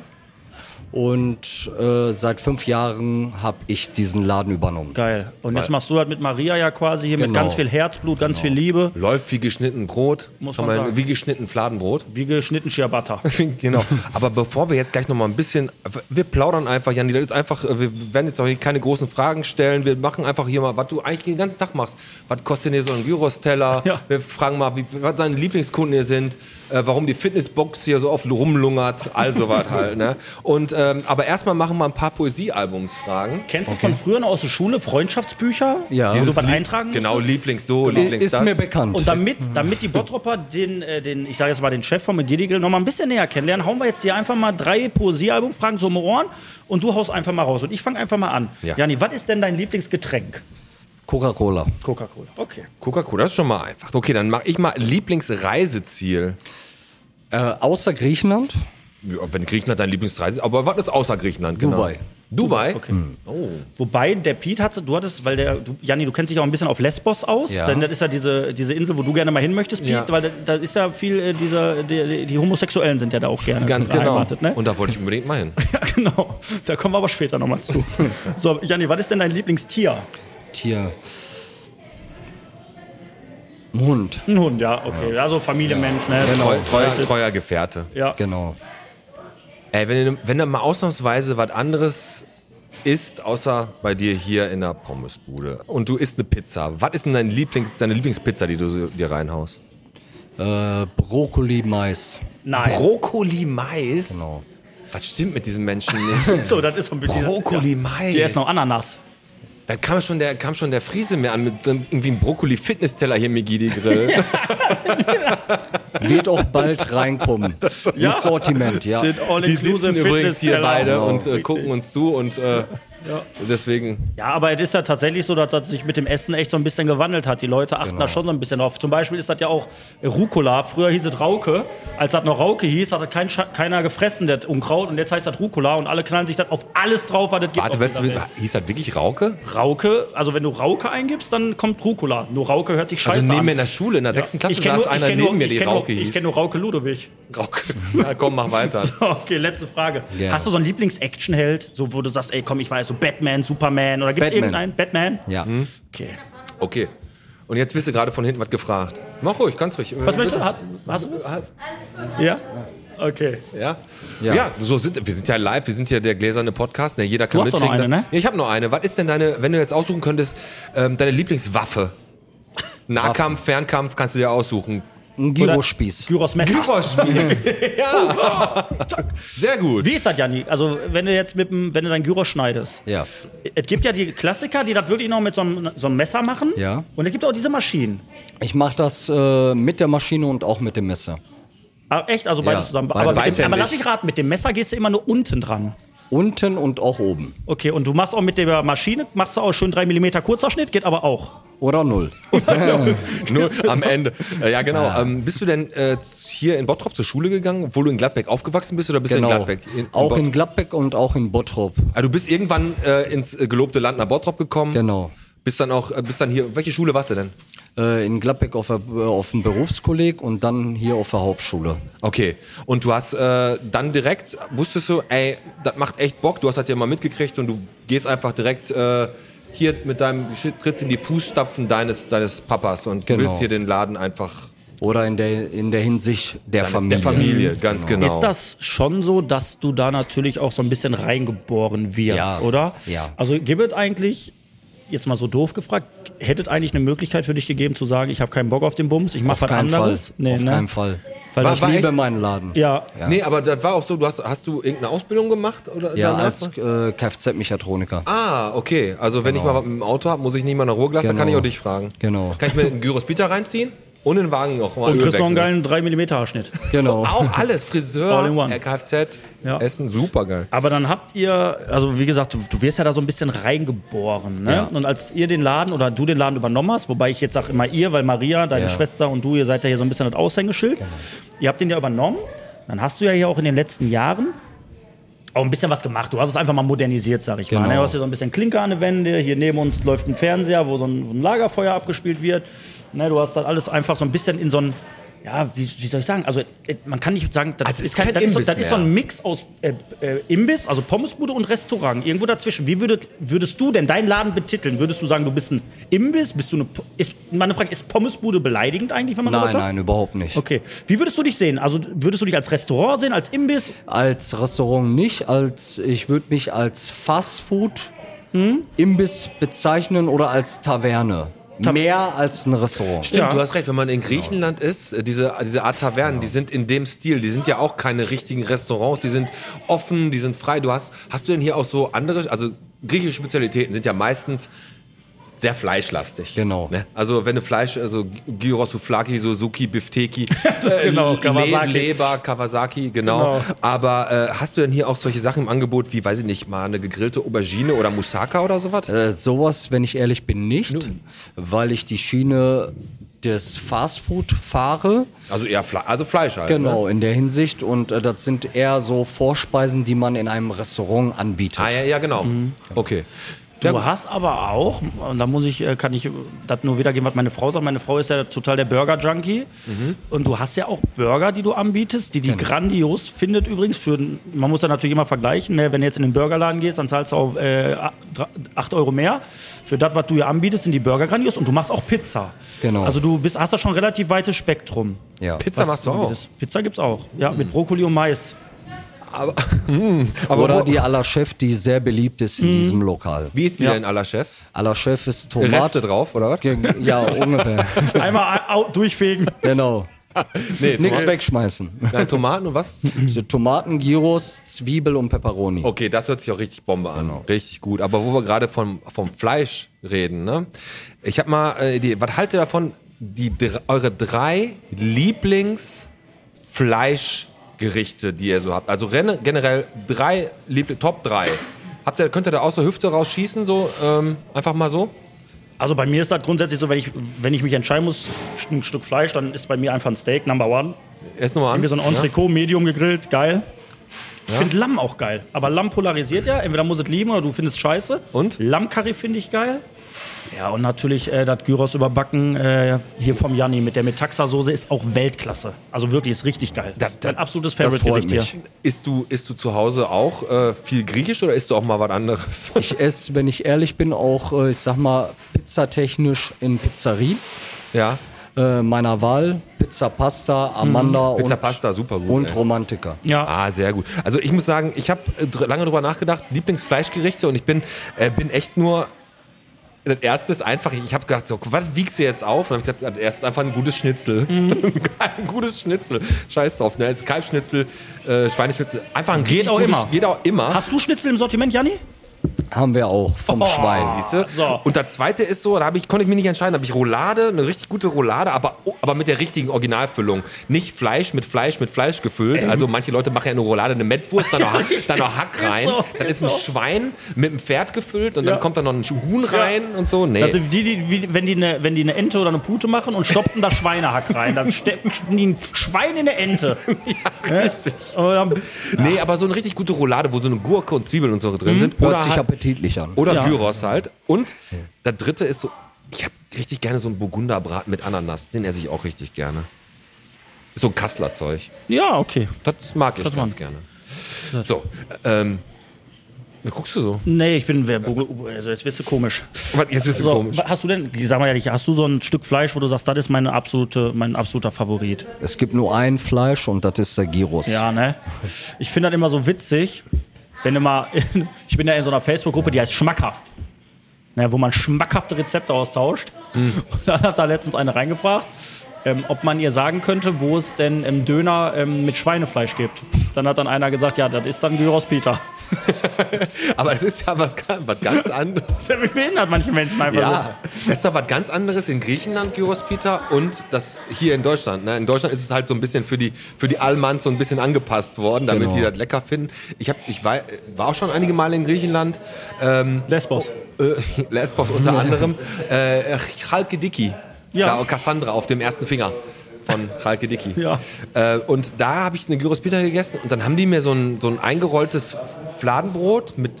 Und äh, seit fünf Jahren habe ich diesen Laden übernommen.
Geil. Und jetzt machst du das mit Maria ja quasi hier mit
Genau.
ganz viel Herzblut, ganz viel Liebe.
Läuft wie geschnitten Brot,
Muss
Kann
man sagen.
wie geschnitten Fladenbrot.
Wie geschnitten
[LAUGHS]
Ciabatta.
[LAUGHS] genau. Aber bevor wir jetzt gleich nochmal ein bisschen, wir plaudern einfach, Janni, das ist einfach, wir werden jetzt auch hier keine großen Fragen stellen, wir machen einfach hier mal, was du eigentlich den ganzen Tag machst. Was kostet denn hier so ein Gyros-Teller?
Ja.
Wir fragen mal, wie, was deine Lieblingskunden hier sind, äh, warum die Fitnessbox hier so oft rumlungert, all sowas halt. Ne? Und, ähm, aber erstmal machen wir ein paar Poesiealbumsfragen.
Kennst du von früher noch aus der Schule Freundschaftsbücher?
Ja.
Wo du
Dieses
was
Lieb-
eintragen musst?
Genau, Lieblings so, Lieblings
Ist
das.
mir bekannt.
Und damit, damit die Bottropper den, äh, den ich sage jetzt mal den Chef von McGilligal noch mal ein bisschen näher kennenlernen, hauen wir jetzt hier einfach mal drei Poesiealbumfragen so um die Ohren und du haust einfach mal raus und ich fange einfach mal an.
Ja.
Jani, was ist denn dein Lieblingsgetränk?
Coca-Cola.
Coca-Cola. Okay.
Coca-Cola, das ist schon mal einfach. Okay, dann mache ich mal Lieblingsreiseziel.
Äh, außer Griechenland.
Ja, wenn Griechenland dein Lieblingsreise aber was ist außer Griechenland? Genau.
Dubai.
Dubai?
Okay. Oh. Wobei der Pete hatte, du hattest, weil der, du, Janni, du kennst dich auch ein bisschen auf Lesbos aus,
Ja.
denn das ist ja diese, diese Insel, wo du gerne mal hin möchtest, Pete,
Ja.
weil da, da ist ja viel, äh, dieser, die, die Homosexuellen sind ja da auch gerne
Ganz genau.
ne?
Und da wollte ich unbedingt mal
[LAUGHS]
hin.
[LAUGHS] ja, genau. Da kommen wir aber später nochmal
[LAUGHS]
zu. so, Janni, was ist denn dein Lieblingstier?
Tier. Ein Hund.
Ein Hund, ja, okay. Also Familienmensch, ne?
Treu, treuer,
Leute.
treuer Gefährte.
Ja.
Genau.
Ey, wenn, du- wenn da mal ausnahmsweise was anderes ist, außer bei dir hier in der Pommesbude und du isst eine Pizza, was ist denn dein Lieblings, deine Lieblingspizza, die du so- dir reinhaust?
Äh, Brokkoli, Mais.
Nein.
Brokkoli Mais?
Genau.
Was stimmt mit diesen Menschen
[LAUGHS]
nicht?
so, das ist so ein bisschen.
Brokkoli
Ja.
Mais.
Die essen noch Ananas.
Da kam schon der, kam schon der Friese mir an mit so einem- irgendwie einem Brokkoli-Fitness-Teller hier, Migidi Grill.
Wird auch bald reinkommen.
[LAUGHS] Ja.
Ins Sortiment, ja.
Den
Die sitzen
All-Inclusive
übrigens hier
Fitness-Teller.
beide
Genau.
und äh, gucken uns zu und äh, deswegen.
Ja, aber es ist ja tatsächlich so, dass das sich mit dem Essen echt so ein bisschen gewandelt hat. Die Leute achten
Genau.
da schon so ein bisschen drauf. Zum Beispiel ist das ja auch Rucola. Früher hieß es Rauke. Als das noch Rauke hieß, hat das kein, Scha- keiner gefressen, das Unkraut. Und jetzt heißt das Rucola und alle knallen sich das auf alles drauf, was das gibt.
Warte,
auf dieser
willst,
Welt.
hieß das wirklich Rauke?
Rauke, also wenn du Rauke eingibst, dann kommt Rucola. Nur Rauke hört sich scheiße
Also neben
an.
mir in der Schule, in der sechsten
Ich
Klasse
kenn
saß
nur- ich
einer
kenn
neben
nur-
mir,
ich
die
kenn
Rauke
nur, Ich
hieß.
kenne nur Rauke Ludowig. [LAUGHS]
Rauke. [LAUGHS] Na komm, mach weiter.
Okay, letzte Frage.
Gerne.
Hast du so einen Lieblings-Action-Held, so wo du sagst, ey, komm, ich weiß, so Batman, Superman oder gibt's
Batman.
irgendeinen? Batman?
Ja.
Okay.
Okay. Und jetzt bist du gerade von hinten was gefragt. Mach ruhig, ganz ruhig.
Was möchtest du? Hast, hast du was? Ja? Okay.
Ja. Ja.
Ja.
so sind wir sind ja live, wir sind ja der gläserne Podcast, ne? jeder kann
Du hast doch
mitkriegen.
noch
dass-
eine, ne?
Ja, ich habe noch eine. Was ist denn deine, wenn du jetzt aussuchen könntest, ähm, deine
[LAUGHS]
Lieblingswaffe? Nahkampf, Fernkampf kannst du dir aussuchen.
Ein Gyrospieß.
Gyros Messer.
Gyrospiel. [LAUGHS] ja. Sehr gut.
Wie ist das, Janni? Also, wenn du jetzt mit dem, wenn du dein Gyros schneidest.
Ja.
Es gibt ja die Klassiker, die das wirklich noch mit so einem, so einem Messer machen.
Ja.
Und es gibt auch diese Maschinen.
Ich mache das äh, mit der Maschine und auch mit dem Messer.
Aber echt, also beides
Ja,
zusammen.
beides
aber, mit dem,
zusammen.
aber lass mich raten, mit dem Messer gehst du immer nur unten dran.
Unten und auch oben.
Okay, und du machst auch mit der Maschine, machst du auch schön 3 mm Kurzerschnitt, geht aber auch.
[LAUGHS]
Oder null.
Nur am Ende. Äh, Ja, genau. Ähm, bist du denn äh, hier in Bottrop zur Schule gegangen, obwohl du in Gladbeck aufgewachsen bist oder bist du in
Genau.
Gladbeck?
auch in
Bottrop?
Gladbeck und auch in Bottrop.
also, du bist irgendwann äh, ins äh, gelobte Land nach Bottrop gekommen.
Genau.
Bist dann auch, äh, bist dann hier, welche Schule warst du denn?
Äh, in Gladbeck auf, der, auf dem Berufskolleg und dann hier auf der Hauptschule.
Okay. Und du hast äh, dann direkt, wusstest du, ey, das macht echt Bock, du hast das ja mal mitgekriegt und du gehst einfach direkt äh, hier mit deinem, Shit- trittst in die Fußstapfen deines, deines Papas und
Genau.
willst hier den Laden einfach
Oder in der, in der Hinsicht der Familie.
der Familie, ganz genau.
Mhm. Ist das schon so, dass du da natürlich auch so ein bisschen reingeboren wirst,
Ja,
oder?
ja.
Also gibt es eigentlich, jetzt mal so doof gefragt, hätte es eigentlich eine Möglichkeit für dich gegeben zu sagen, ich habe keinen Bock auf den Bums, ich mache
Auf
was
keinen Fall.
anderes? Nee,
auf
ne?
keinen Fall.
Weil
War-
das
Ich
war
lieb-
liebe
echt-
meinen Laden.
ja.
Ja.
Nee, aber das war auch so, du hast, hast du irgendeine Ausbildung gemacht? Oder
Ja,
danach?
als äh, Kfz-Mechatroniker.
Ah, okay. Also wenn ich mal was mit dem Auto habe, muss ich nicht mal nach Ruhrglas, dann
Genau.
kann ich auch dich fragen.
Genau.
Kann ich mir einen Gyrospita reinziehen und den Wagen noch mal
Und
Öl
kriegst noch einen
wechseln?
geilen 3 mm Haarschnitt.
Genau.
Auch alles,
All in
Friseur,
one.
Kfz,
Ja.
Essen, super geil.
Aber dann habt ihr, also wie gesagt, du, du wirst ja da so ein bisschen reingeboren. Ne?
Ja.
Und als ihr den Laden oder du den Laden übernommen hast, wobei ich jetzt sage immer ihr, weil Maria, deine
Ja.
Schwester und du, ihr seid ja hier so ein bisschen das Aushängeschild. Ihr habt den ja übernommen. Dann hast du ja hier auch in den letzten Jahren auch ein bisschen was gemacht. Du hast es einfach mal modernisiert, sag ich mal.
Genau.
ne? Du hast hier so ein bisschen Klinker an der Wände. Hier neben uns läuft ein Fernseher, wo so ein, so ein Lagerfeuer abgespielt wird. Ne, du hast das alles einfach so ein bisschen in so ein ja, wie, wie soll ich sagen? Also, äh, man kann nicht sagen, das,
Also,
ist, kein, das, ist, so,
Imbiss
das ist so
mehr.
ein Mix aus äh, äh, Imbiss, also Pommesbude und Restaurant, irgendwo dazwischen. Wie würdet, würdest du denn deinen Laden betiteln? Würdest du sagen, du bist ein Imbiss? Bist du eine. Po- Ist, meine Frage, ist Pommesbude beleidigend eigentlich, wenn man
Nein,
sowas sagt?
nein, überhaupt nicht.
Okay. Wie würdest du dich sehen? Also, würdest du dich als Restaurant sehen, als Imbiss?
Als Restaurant nicht, als ich würde mich als Fastfood Imbiss bezeichnen oder als Taverne. Mehr als ein Restaurant.
Stimmt,
Ja.
du hast recht, wenn man in Griechenland
Genau.
ist, äh, diese, diese Art Tavernen, die sind in dem Stil, die sind ja auch keine richtigen Restaurants, die sind offen, die sind frei. Du hast, hast du denn hier auch so andere, also griechische Spezialitäten sind ja meistens sehr fleischlastig.
Genau.
Ne? Also wenn du Fleisch, also Gyros, Souflaki, Suzuki,
[LAUGHS]
Bifteki, äh,
Genau,
Le-
Kawasaki.
Leber, Kawasaki, genau.
Genau.
Aber äh, hast du denn hier auch solche Sachen im Angebot wie, weiß ich nicht, mal eine gegrillte Aubergine oder Moussaka oder sowas?
Äh, sowas, wenn ich ehrlich bin, nicht, weil ich die Schiene des Fastfood fahre.
Also eher Fle also Fleisch halt. Ne?
Genau, in der Hinsicht. Und äh, das sind eher so Vorspeisen, die man in einem Restaurant anbietet.
Ah, ja, ja, genau. Okay. Ja,
Du hast aber auch, und da muss ich, äh, kann ich äh, das nur wiedergeben, was meine Frau sagt. Meine Frau ist ja total der Burger-Junkie.
Mhm.
Und du hast ja auch Burger, die du anbietest, die die
Genau.
grandios findet übrigens. Für, man muss da natürlich immer vergleichen. Ne? Wenn du jetzt in den Burgerladen gehst, dann zahlst du auf äh, 8 Euro mehr. Für das, was du hier anbietest, sind die Burger grandios. Und du machst auch Pizza.
Genau.
Also du bist, hast da schon ein relativ weites Spektrum.
Ja.
Pizza machst du auch.
Das- Pizza gibt's auch. Ja, mit Brokkoli
[LAUGHS]
und Mais.
hm, Aber
Oder
wo-
die à la Chef, die sehr beliebt ist
Mhm.
in diesem Lokal.
Wie ist die denn aller Chef?
À la Chef ist
Reste
Tomate.
drauf, oder was?
Ge- Ja, ungefähr.
Einmal au- durchfegen.
genau.
[LAUGHS] Nee,
Nichts wegschmeißen. [LAUGHS]
Nein, Tomaten und was?
So Tomaten, Gyros, Zwiebel und Peperoni.
Okay, das hört sich auch richtig Bombe an. Richtig gut. Aber wo wir gerade vom, vom Fleisch reden, ne? Ich hab mal, äh, die, was haltet ihr davon, die, dr- eure drei Lieblingsfleischgerichte, die ihr so habt? Also renne- generell drei, Liebl Top drei. Habt ihr, könnt ihr da aus der Hüfte rausschießen, so ähm, einfach mal so?
Also bei mir ist das grundsätzlich so, wenn ich, wenn ich mich entscheiden muss, ein Stück Fleisch, dann ist bei mir einfach ein Steak, Number One.
Erst nochmal an.
Irgendwie so ein Entrecot, Medium gegrillt, geil. Ich finde Lamm auch geil. Aber Lamm polarisiert ja. Entweder muss es lieben oder du findest scheiße.
Und?
Lammcurry finde ich geil. Ja, und natürlich äh, das Gyros überbacken äh, hier vom Janni mit der Metaxa-Soße ist auch Weltklasse. Also wirklich, ist richtig geil.
Das-
Das, ist mein
das-
absolutes
das freut
Favorite-Gericht hier.
mich.
Isst du, isst du zu Hause auch äh, viel Griechisch oder isst du auch mal was anderes? [LAUGHS]
Ich esse, wenn ich ehrlich bin, auch, äh, ich sag mal, pizzatechnisch in Pizzerien
ja.
äh, meiner Wahl. Pizza Pasta, Amanda
Hm. Pizza
und,
Pasta, super gut.
und
ey.
Romantiker.
Ja.
Ah, sehr gut. Also ich muss sagen, ich habe lange drüber nachgedacht, Lieblingsfleischgerichte und ich bin, äh, bin echt nur. Das erste ist einfach, ich habe gedacht, so, was wiegst du jetzt auf? Und dann habe ich gesagt, das erste ist einfach ein gutes Schnitzel.
Mhm.
[LAUGHS] ein gutes Schnitzel. Scheiß drauf, ne? Ist Kalbschnitzel, äh, Schweineschnitzel. Einfach ein richtig
auch
gutes,
immer.
Geht auch immer.
Hast du Schnitzel im Sortiment, Janni?
Haben wir auch
Oh.
vom Schwein.
Siehste?
Ah, So.
Und das zweite ist so, da hab ich, konnte ich mich nicht entscheiden, da habe ich Roulade, eine richtig gute Roulade, aber, aber mit der richtigen Originalfüllung. Nicht Fleisch mit Fleisch mit Fleisch gefüllt. Also manche Leute machen ja eine Roulade, eine Mettwurst, dann noch,
[LAUGHS]
Hack- dann noch Hack rein.
so,
dann
ist
ist ein
so.
Schwein mit einem Pferd gefüllt und dann kommt da noch ein Huhn rein und so. Nee.
Also die, die, wie, wenn, die eine, wenn die eine Ente oder eine Pute machen und stopfen da Schweinehack rein, dann stecken die ein Schwein in der Ente.
[LAUGHS] ja,
Ne?
richtig.
Aber dann-
Nee, aber so eine richtig gute Roulade, wo so eine Gurke und Zwiebeln und so drin sind.
Hm? Hört
Oder
sich
halt-
appetitlich an.
Oder
Ja.
Gyros halt. Und der dritte ist so, ich habe richtig gerne so einen Burgunderbraten mit Ananas. Den esse ich auch richtig gerne. So ein Kassler-Zeug.
Ja, okay.
Das mag ich ganz
mag-
gerne. So, ähm, was guckst du so?
Nee, ich bin. wer- Bo- Also jetzt wirst du komisch.
Was, Jetzt bist du
So,
komisch.
wa- Hast du denn, sag mal ehrlich, hast du so ein Stück Fleisch, wo du sagst, das ist meine absolute, mein absoluter Favorit?
Es gibt nur ein Fleisch und das ist der Gyros.
Ja, ne? Ich finde das immer so witzig, wenn immer. In, [LAUGHS] ich bin ja in so einer Facebook-Gruppe, die heißt Schmackhaft. Ne, wo man schmackhafte Rezepte austauscht.
Mhm.
Und dann hat da letztens eine reingefragt, ähm, ob man ihr sagen könnte, wo es denn im Döner ähm, mit Schweinefleisch gibt. Dann hat dann einer gesagt, ja, das ist dann Gyros Peter. [LAUGHS]
Aber es ist ja was, ga- was ganz anderes.
Der behindert manche Menschen einfach so.
Ja, es ist doch was ganz anderes in Griechenland, Gyros Peter, und das hier in Deutschland. Ne? In Deutschland ist es halt so ein bisschen für die, für die Allmanns so ein bisschen angepasst worden, damit
Genau.
die das lecker finden. Ich, hab, ich war, war auch schon einige Male in Griechenland. Ähm,
Lesbos.
Äh, Lesbos unter
[LAUGHS]
anderem. Äh, Chalke Dicky.
Ja.
Da, Cassandra auf dem ersten Finger von Chalke Dicky.
Ja.
Äh, und da habe ich eine Gyros Peter gegessen und dann haben die mir so ein, so ein eingerolltes Fladenbrot mit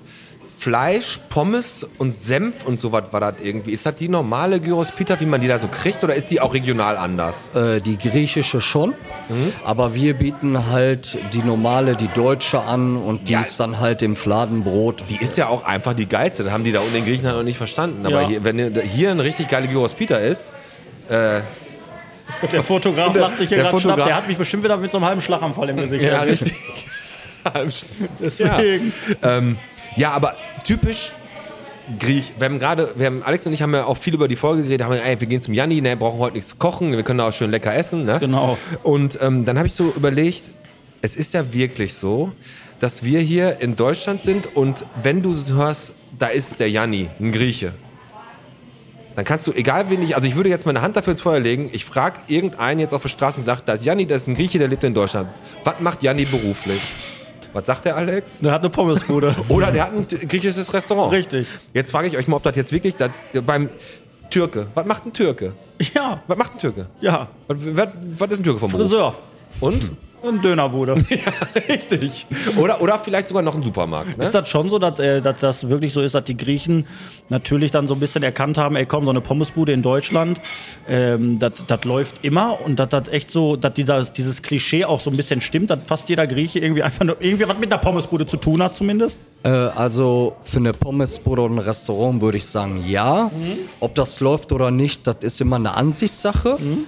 Fleisch, Pommes und Senf und sowas war das irgendwie. Ist das die normale Gyros Pita, wie man die da so kriegt, oder ist die auch regional anders?
Äh, die griechische schon,
Mhm.
aber wir bieten halt die normale, die deutsche an und die
Ja.
ist dann halt im Fladenbrot.
Die ist ja auch einfach die geilste. Das haben die da unten in Griechenland noch nicht verstanden. Aber
Ja.
hier, wenn ihr- hier ein richtig geile Gyros Pita ist,
Der Fotograf macht sich hier
der
gerade schlapp.
Fotograf-
Der hat mich bestimmt wieder mit so einem halben Schlaganfall im
[LAUGHS]
Gesicht.
ja,
[LAUGHS]
richtig. ja.
Deswegen.
Ja, aber typisch Griech. Wir haben gerade, wir haben, Alex und ich haben ja auch viel über die Folge geredet, haben gesagt, ey, wir gehen zum Janni, ne, brauchen heute nichts zu kochen, wir können da auch schön lecker essen, ne?
Genau.
Und ähm, dann habe ich so überlegt, es ist ja wirklich so, dass wir hier in Deutschland sind und wenn du hörst, da ist der Janni, ein Grieche. Dann kannst du, egal wen ich, also ich würde jetzt meine Hand dafür ins Feuer legen, ich frage irgendeinen jetzt auf der Straße und sage, da ist Janni, das ist ein Grieche, der lebt in Deutschland. Was macht Janni beruflich? Was sagt der Alex?
Der hat eine Pommesbude.
Oder der hat ein griechisches Restaurant.
Richtig.
Jetzt frage ich euch mal, ob das jetzt wirklich das, beim Türke. Was macht ein Türke?
Ja,
Was macht ein Türke?
ja.
Was, was, was ist ein Türke vom Beruf?
Friseur.
Und? [LAUGHS]
Eine Dönerbude.
ja, richtig. Oder, oder vielleicht sogar noch ein Supermarkt. Ne?
Ist das schon so, dass, äh, dass das wirklich so ist, dass die Griechen natürlich dann so ein bisschen erkannt haben, ey komm, so eine Pommesbude in Deutschland, ähm, das das läuft immer und dass das echt so, dass dieser, dieses Klischee auch so ein bisschen stimmt, dass fast jeder Grieche irgendwie einfach nur irgendwie was mit einer Pommesbude zu tun hat zumindest.
Äh, also für eine Pommesbude oder ein Restaurant würde ich sagen, ja.
Mhm.
Ob das läuft oder nicht, das ist immer eine Ansichtssache.
Mhm.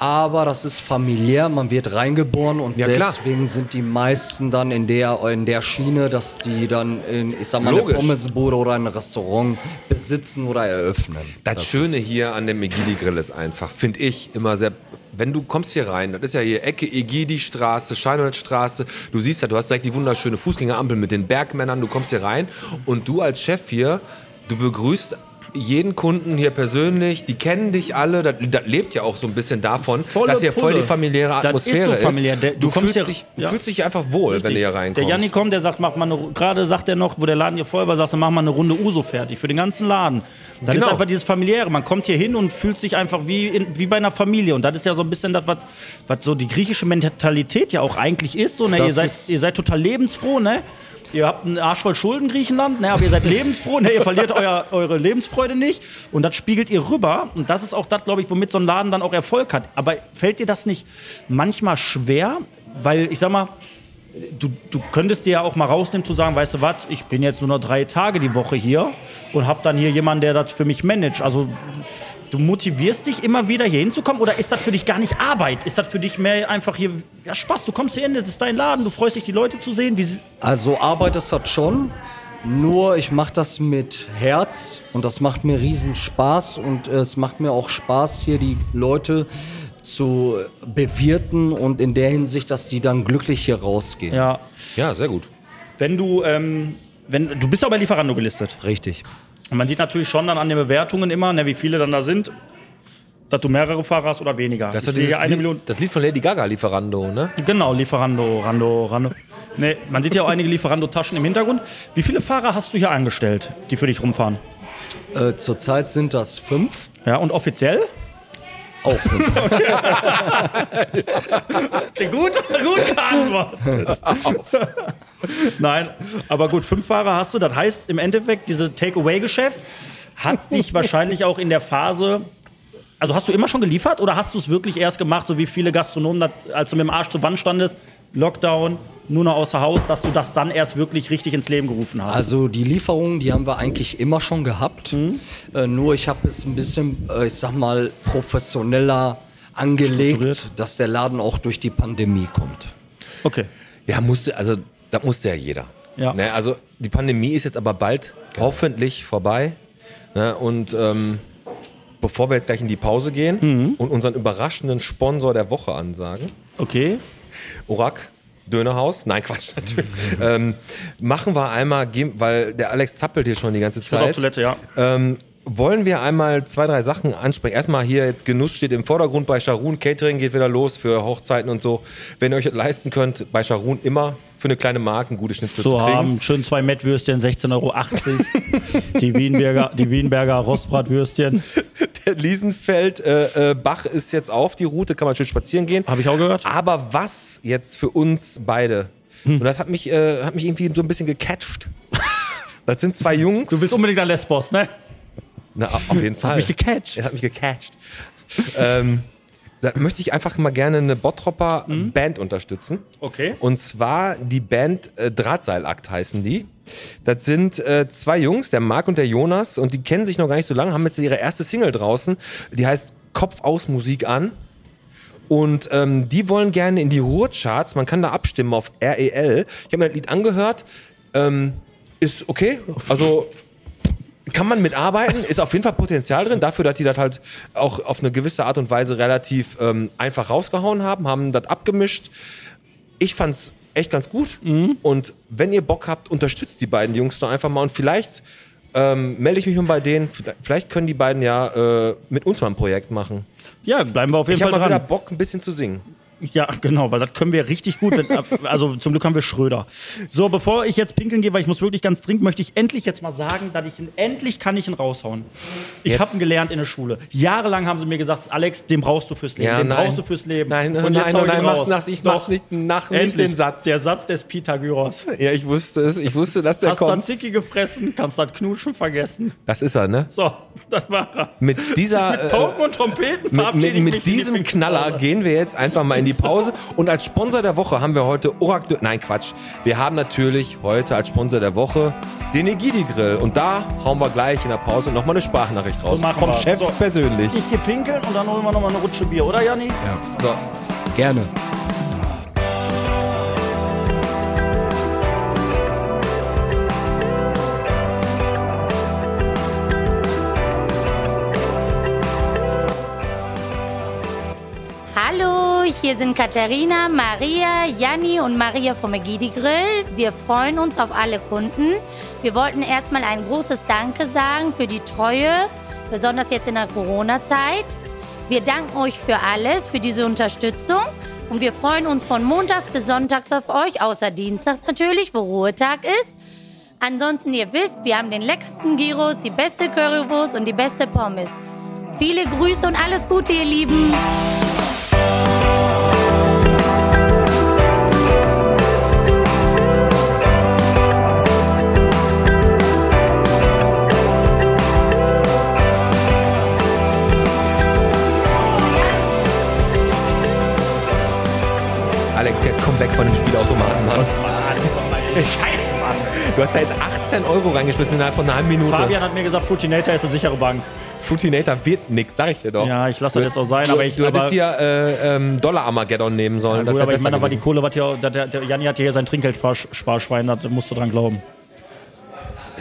Aber das ist familiär, man wird reingeboren und
Ja, klar.
deswegen sind die meisten dann in der, in der Schiene, dass die dann in, ich sag mal, eine
Logisch.
Pommesbude oder ein Restaurant besitzen oder eröffnen.
Das, Schöne hier an dem Egidi-Grill ist einfach, finde ich, immer sehr. Wenn du kommst hier rein, das ist ja hier Ecke, Egidi-Straße, Scheinholzstraße, du siehst ja, du hast direkt die wunderschöne Fußgängerampel mit den Bergmännern, du kommst hier rein und du als Chef hier, du begrüßt jeden Kunden hier persönlich, die kennen dich alle, das, das lebt ja auch so ein bisschen davon,
Volle
dass hier voll
Pulle.
die familiäre
Das ist
Atmosphäre
so familiär. Der-
Du,
du
fühlst,
kommst hier-
dich,
ja.
fühlst dich hier einfach wohl, wenn du hier reinkommst.
Der Janni kommt, der sagt, mach mal eine, Ru- gerade sagt er noch, wo der Laden hier voll war, sagt er, mach mal eine Runde Uso fertig für den ganzen Laden. Das
Genau.
ist einfach dieses familiäre. Man kommt hier hin und fühlt sich einfach wie, in, wie bei einer Familie. Und das ist ja so ein bisschen das, was, was so die griechische Mentalität ja auch eigentlich ist. So, ne?
Das
ihr, seid,
ist-
ihr seid total lebensfroh, ne? Ihr habt einen Arsch voll Schulden Griechenland, ne? aber ihr seid lebensfroh, ne? ihr verliert euer, eure Lebensfreude nicht und das spiegelt ihr rüber und das ist auch das, glaube ich, womit so ein Laden dann auch Erfolg hat. Aber fällt dir das nicht manchmal schwer? Weil, ich sag mal, du, du könntest dir ja auch mal rausnehmen zu sagen, weißt du was, ich bin jetzt nur noch drei Tage die Woche hier und hab dann hier jemanden, der das für mich managt. Also du motivierst dich immer wieder hier hinzukommen oder ist das für dich gar nicht Arbeit? Ist das für dich mehr einfach hier ja, Spaß? Du kommst hier hin, das ist dein Laden, du freust dich, die Leute zu sehen. Wie, sie-
Also Arbeit ist das schon. Nur ich mache das mit Herz und das macht mir riesen Spaß und äh, es macht mir auch Spaß, hier die Leute zu bewirten und in der Hinsicht, dass die dann glücklich hier rausgehen.
ja,
ja, sehr gut.
wenn du, ähm, wenn, du bist ja auch bei Lieferando gelistet.
Richtig.
Und man sieht natürlich schon dann an den Bewertungen immer, ne, wie viele dann da sind, dass du mehrere Fahrer hast oder weniger.
Das,
Ich
ist
sehe
dieses
hier eine
Lied-
Million.
das Lied von Lady Gaga, Lieferando, ne?
Genau, Lieferando, Rando, Rando. Nee, man sieht ja auch einige Lieferando-Taschen im Hintergrund. Wie viele Fahrer hast du hier angestellt, die für dich rumfahren?
Äh, zurzeit sind das fünf.
Ja, und offiziell?
Auch fünf.
Gut, gut geantwortet. [LAUGHS] Nein, aber gut, fünf Fahrer hast du. Das heißt im Endeffekt, dieses Take-Away-Geschäft hat dich wahrscheinlich auch in der Phase. Also hast du immer schon geliefert oder hast du es wirklich erst gemacht, so wie viele Gastronomen, das, als du mit dem Arsch zur Wand standest, Lockdown, nur noch außer Haus, dass du das dann erst wirklich richtig ins Leben gerufen hast?
Also die Lieferungen, die haben wir eigentlich immer schon gehabt. Äh, nur ich habe es ein bisschen, äh, ich sag mal, professioneller angelegt, dass der Laden auch durch die Pandemie kommt.
okay.
Ja, musste, also das musste ja jeder.
Ja.
Ne, also die Pandemie ist jetzt aber bald hoffentlich vorbei. Ne, und ähm, bevor wir jetzt gleich in die Pause gehen und unseren überraschenden Sponsor der Woche ansagen,
Okay.
Orak Dönerhaus, nein Quatsch [LAUGHS] natürlich, ähm, machen wir einmal, gehen- weil der Alex zappelt hier schon die ganze
Bis auf
Zeit.
Toilette, ja.
Ähm, wollen wir einmal zwei, drei Sachen ansprechen? Erstmal hier, jetzt Genuss steht im Vordergrund bei Charun. Catering geht wieder los für Hochzeiten und so. Wenn ihr euch das leisten könnt, bei Charun immer für eine kleine Marke ein gutes Schnitzel
So
zu kriegen.
haben schön zwei Mettwürstchen, 16,80 Euro.
[LAUGHS]
die, Wienberger, die Wienberger Rostbratwürstchen.
Der Liesenfeld äh, äh, Bach ist jetzt auf die Route, kann man schön spazieren gehen.
Hab ich auch gehört. Hm.
Aber was
[LAUGHS]
jetzt für uns beide? Und das hat mich, äh, hat mich irgendwie so ein bisschen gecatcht. Das sind zwei Jungs.
Du bist unbedingt ein Lesbos, ne?
Na, auf
[LAUGHS]
jeden Fall.
mich gecatcht.
Es hat mich gecatcht. ähm, da möchte ich einfach mal gerne eine Bottropper Band unterstützen.
Mhm. Okay.
Und zwar die Band äh, Drahtseilakt heißen die. Das sind äh, zwei Jungs, der Marc und der Jonas, und die kennen sich noch gar nicht so lange, haben jetzt ihre erste Single draußen. Die heißt Kopf aus Musik an. Und ähm, die wollen gerne in die Ruhrcharts. Man kann da abstimmen auf REL. Ich habe mir das Lied angehört. Ähm, ist okay. Also kann man mitarbeiten, ist auf jeden Fall Potenzial drin, dafür, dass die das halt auch auf eine gewisse Art und Weise relativ ähm, einfach rausgehauen haben, haben das abgemischt. Ich fand's echt ganz gut.
Mhm.
Und wenn ihr Bock habt, unterstützt die beiden Jungs doch einfach mal und vielleicht ähm, melde ich mich mal bei denen. Vielleicht- Vielleicht können die beiden ja äh, mit uns mal ein Projekt machen.
Ja, bleiben wir auf jeden
Ich
Fall
habe mal wieder
dran.
Bock, ein bisschen zu singen.
Ja, genau, weil das können wir richtig gut. Wenn, ab- also zum Glück haben wir Schröder. So, bevor ich jetzt pinkeln gehe, weil ich muss wirklich ganz dringend, möchte ich endlich jetzt mal sagen, dass ich ihn, endlich kann ich ihn raushauen. Ich
Jetzt?
habe ihn gelernt in der Schule. Jahrelang haben sie mir gesagt, Alex, den brauchst du fürs Leben, den brauchst du fürs Leben.
Nein, nein,
Und jetzt
nein,
hau
nein,
ich
nein
ihn
mach's
raus.
nach, ich
Doch,
mach's nicht nach, nicht
endlich,
den Satz.
Der Satz des Pythagoras.
Ja, ich wusste es, ich wusste, dass der
Hast dann
kommt.
Zicki gefressen, kannst das Knutschen vergessen.
Das ist er, ne?
So, das war er.
Mit dieser, äh,
Pauken und Trompeten
mit,
verabschiede
mit,
ich mich
mit
in die
diesem
Pinkelpause.
Knaller gehen wir jetzt einfach mal in die Pause. Und als Sponsor der Woche haben wir heute Orakdö. Nein, Quatsch. Wir haben natürlich heute als Sponsor der Woche den Egidi Grill. Und da hauen wir gleich in der Pause nochmal eine Sprachnachricht raus.
machen
Vom
wir's.
Chef
So.
persönlich.
Ich geh pinkeln und dann holen wir nochmal eine Rutsche Bier, oder Janni?
So.
Gerne.
Hallo, hier sind Katharina, Maria, Janni und Maria vom Egidi Grill. Wir freuen uns auf alle Kunden. Wir wollten erstmal ein großes Danke sagen für die Treue, besonders jetzt in der Corona-Zeit. Wir danken euch für alles, für diese Unterstützung. Und wir freuen uns von montags bis sonntags auf euch, außer dienstags natürlich, wo Ruhetag ist. Ansonsten, ihr wisst, wir haben den leckersten Gyros, die beste Currywurst und die beste Pommes. Viele Grüße und alles Gute, ihr Lieben.
Alex, jetzt komm weg von dem Spielautomaten, Mann.
Scheiße, Mann.
Du hast da jetzt 18 Euro reingeschmissen innerhalb von einer halben Minute.
Fabian hat mir gesagt, Futinator ist eine sichere Bank.
Frutinator wird nix, sag ich dir doch.
Ja, ich lass das
Du-
jetzt auch sein, aber ich-
Du hättest
aber-
hier äh, ähm, Dollar Armageddon nehmen sollen.
Gut,
das wär
aber ich
besser
meine, da war die
gewesen.
Kohle, was hier, der, der, der Janni hat hier sein Trinkgeldsparschwein, da musst du dran glauben.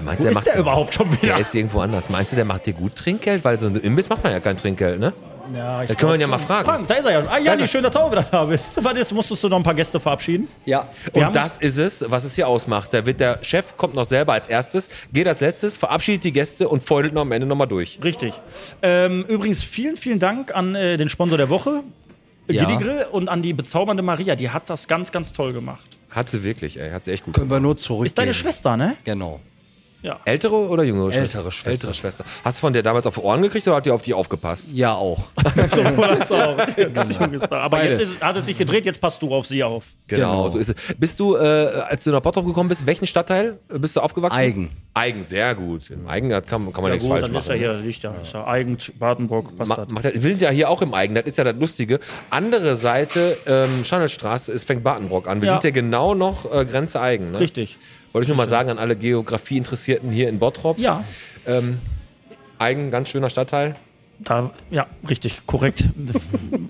Meinst
Wo
du,
ist
macht-
der überhaupt schon wieder?
Der ist irgendwo anders. Meinst du, der macht dir gut Trinkgeld? Weil so ein Imbiss macht man ja kein Trinkgeld, ne?
ja, ich
Das können wir ihn ja
glaub
mal
schon.
fragen.
Frank, da ist er ja. Ah,
ist
Janni,
er.
schön, dass du auch wieder da bist. Warte, jetzt musstest du noch ein paar Gäste verabschieden.
Ja.
Wir
Und
haben-
das ist es, was es hier ausmacht. Da wird der Chef kommt noch selber als erstes, geht als letztes, verabschiedet die Gäste und feudelt noch am Ende nochmal durch.
Richtig. Ähm, übrigens, vielen, vielen Dank an äh, den Sponsor der Woche,
Ja.
Giddy Grill, und an die bezaubernde Maria. Die hat das ganz, ganz toll gemacht.
Hat sie wirklich, ey. Hat sie echt gut.
Können wir nur zurück.
Ist deine Schwester, ne?
Genau.
Ältere oder jüngere Schwester?
Ältere Schwester.
Ältere Schwester. Hast du von der damals auf die Ohren gekriegt oder hat die auf die aufgepasst?
Ja, auch.
Oder [LAUGHS] so. Ganz jung ist da. Aber
Beides.
jetzt ist, hat es sich gedreht, jetzt passt du auf sie auf.
Genau,
Genau.
so ist es. Bist du, äh, als du nach Bottrop gekommen bist, welchen Stadtteil äh, bist du aufgewachsen?
Eigen.
Eigen, sehr gut. In Eigen da kann, kann man nichts falsch
dann
machen.
ist er hier, liegt ja. Ist ja Eigent, Badenburg, passt
Ma-
das.
Macht, das- wir sind ja hier auch im Eigen, das ist ja das Lustige. Andere Seite, ähm, Schandelstraße, es fängt Bartenbrock an. Wir
Ja.
sind ja genau noch äh, Grenze Eigen. Ne?
Richtig.
Wollte ich nur mal sagen an alle Geografie-Interessierten hier in Bottrop.
Ja,
Ähm, Eigen, ganz schöner Stadtteil.
da, ja, richtig, korrekt.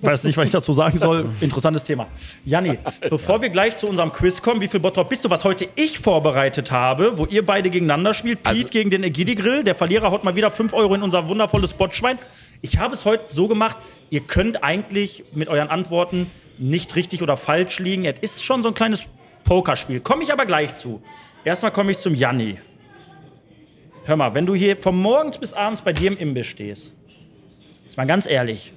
Weiß nicht, was ich dazu sagen soll. Interessantes Thema. Janni, bevor wir gleich zu unserem Quiz kommen, wie viel Bottrop bist du, was heute ich vorbereitet habe, wo ihr beide gegeneinander spielt? Piet
Also-
gegen den Egidi-Grill. Der Verlierer haut mal wieder 5 Euro in unser wundervolles Botschwein. Ich habe es heute so gemacht, ihr könnt eigentlich mit euren Antworten nicht richtig oder falsch liegen. Es ist schon so ein kleines Pokerspiel. Komme ich aber gleich zu. Erstmal komme ich zum Janni. Hör mal, wenn du hier von morgens bis abends bei dir im Imbiss stehst, ist mal ganz ehrlich,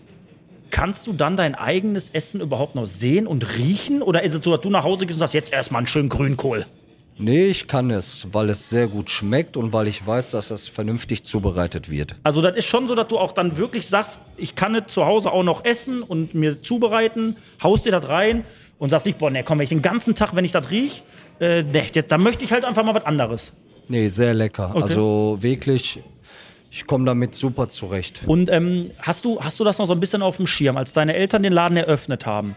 kannst du dann dein eigenes Essen überhaupt noch sehen und riechen? Oder ist es so, dass du nach Hause gehst und sagst, jetzt erstmal einen schönen Grünkohl?
Nee, ich kann es, weil es sehr gut schmeckt und weil ich weiß, dass das vernünftig zubereitet wird.
Also das ist schon so, dass du auch dann wirklich sagst, ich kann es zu Hause auch noch essen und mir zubereiten, haust dir das rein und sagst nicht, boah, ne, komm, wenn ich den ganzen Tag, wenn ich das riech, äh, ne, da möchte ich halt einfach mal was anderes.
Nee, sehr lecker. Also wirklich, ich komme damit super zurecht.
Und ähm, hast, du, hast du das noch so ein bisschen auf dem Schirm, als deine Eltern den Laden eröffnet haben?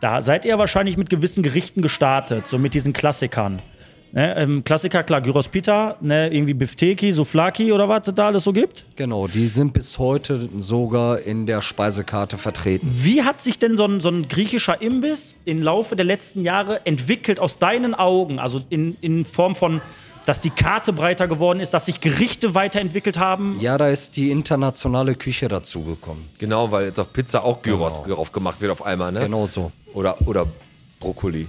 Da seid ihr wahrscheinlich mit gewissen Gerichten gestartet, so mit diesen Klassikern. Ne, ähm, Klassiker, klar, Gyros Pita, ne, irgendwie Bifteki, Souflaki oder was es da alles so gibt.
Genau, die sind bis heute sogar in der Speisekarte vertreten.
Wie hat sich denn so ein, so ein griechischer Imbiss im Laufe der letzten Jahre entwickelt aus deinen Augen? Also in, in Form von, dass die Karte breiter geworden ist, dass sich Gerichte weiterentwickelt haben?
Ja, da ist die internationale Küche dazugekommen.
Genau, weil jetzt auf Pizza auch Gyros
Genau.
aufgemacht wird auf einmal, ne?
Genau so.
Oder, oder Brokkoli.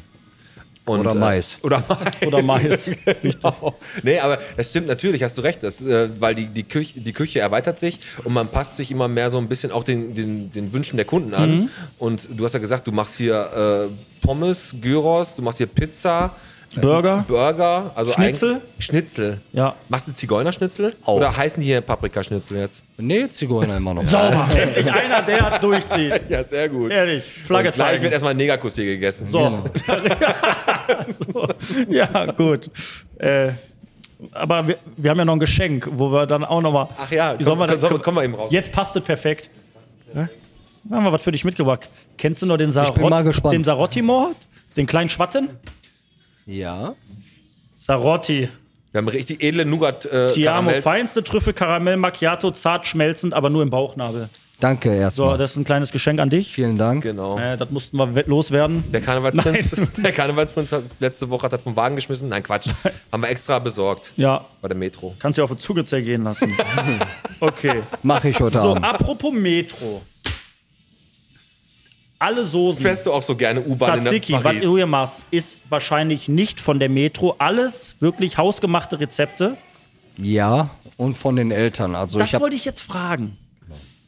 Und,
Oder Mais.
Äh, oder [LAUGHS] Mais. [LAUGHS]
Oder Mais.
genau. Nee, aber das stimmt natürlich, hast du recht, das, äh, weil die, die, Küche, die Küche erweitert sich und man passt sich immer mehr so ein bisschen auch den, den, den Wünschen der Kunden
Mhm.
an. Und du hast ja gesagt, du machst hier äh, Pommes, Gyros, du machst hier Pizza, äh,
Burger?
Burger, also
Schnitzel?
eigentlich- Schnitzel.
Ja.
Machst du Zigeunerschnitzel? Oder heißen die hier Paprikaschnitzel jetzt?
Nee, Zigeuner
[LAUGHS]
immer noch.
Sauber. Endlich einer, der durchzieht.
Ja, sehr gut.
Ehrlich, Flagge
und gleich
zeigen.
wird erstmal ein Negakuss hier gegessen. [LAUGHS]
So. Genau. so. Ja, gut. Äh, aber wir, wir haben ja noch ein Geschenk, wo wir dann auch nochmal.
Ach ja, komm, komm, komm, komm mal eben raus.
Jetzt passt es perfekt. Ne? Haben wir was für dich mitgebracht. Kennst du noch den, Sarot,
bin mal gespannt.
den Sarotti-Mord? Den kleinen Schwatten?
Ja.
Sarotti.
Wir haben richtig edle Nougat äh,
Tiamo,
Karamell-
feinste Trüffel, Karamell, Macchiato, zart schmelzend, aber nur im Bauchnabel.
Danke
So,
erstmal.
das ist ein kleines Geschenk an dich.
Vielen Dank.
Genau.
Äh, das mussten wir we- loswerden.
Der Karnevalsprinz, [LAUGHS] der Karnevalsprinz hat uns letzte Woche hat das vom Wagen geschmissen. Nein,
[LAUGHS]
Quatsch. Haben wir extra besorgt
Ja,
bei der Metro.
kannst du auf den Zuge zergehen
[LAUGHS]
lassen. okay.
Mache ich heute
[LAUGHS] So,
Abend.
apropos Metro. Alle Soßen,
Fährst du auch so gerne U-Bahn in
Tzatziki,
der
was
Paris?
du hier machst, ist wahrscheinlich nicht von der Metro. Alles wirklich hausgemachte Rezepte.
Ja, und von den Eltern. Also
Das
ich habe
wollte ich jetzt fragen.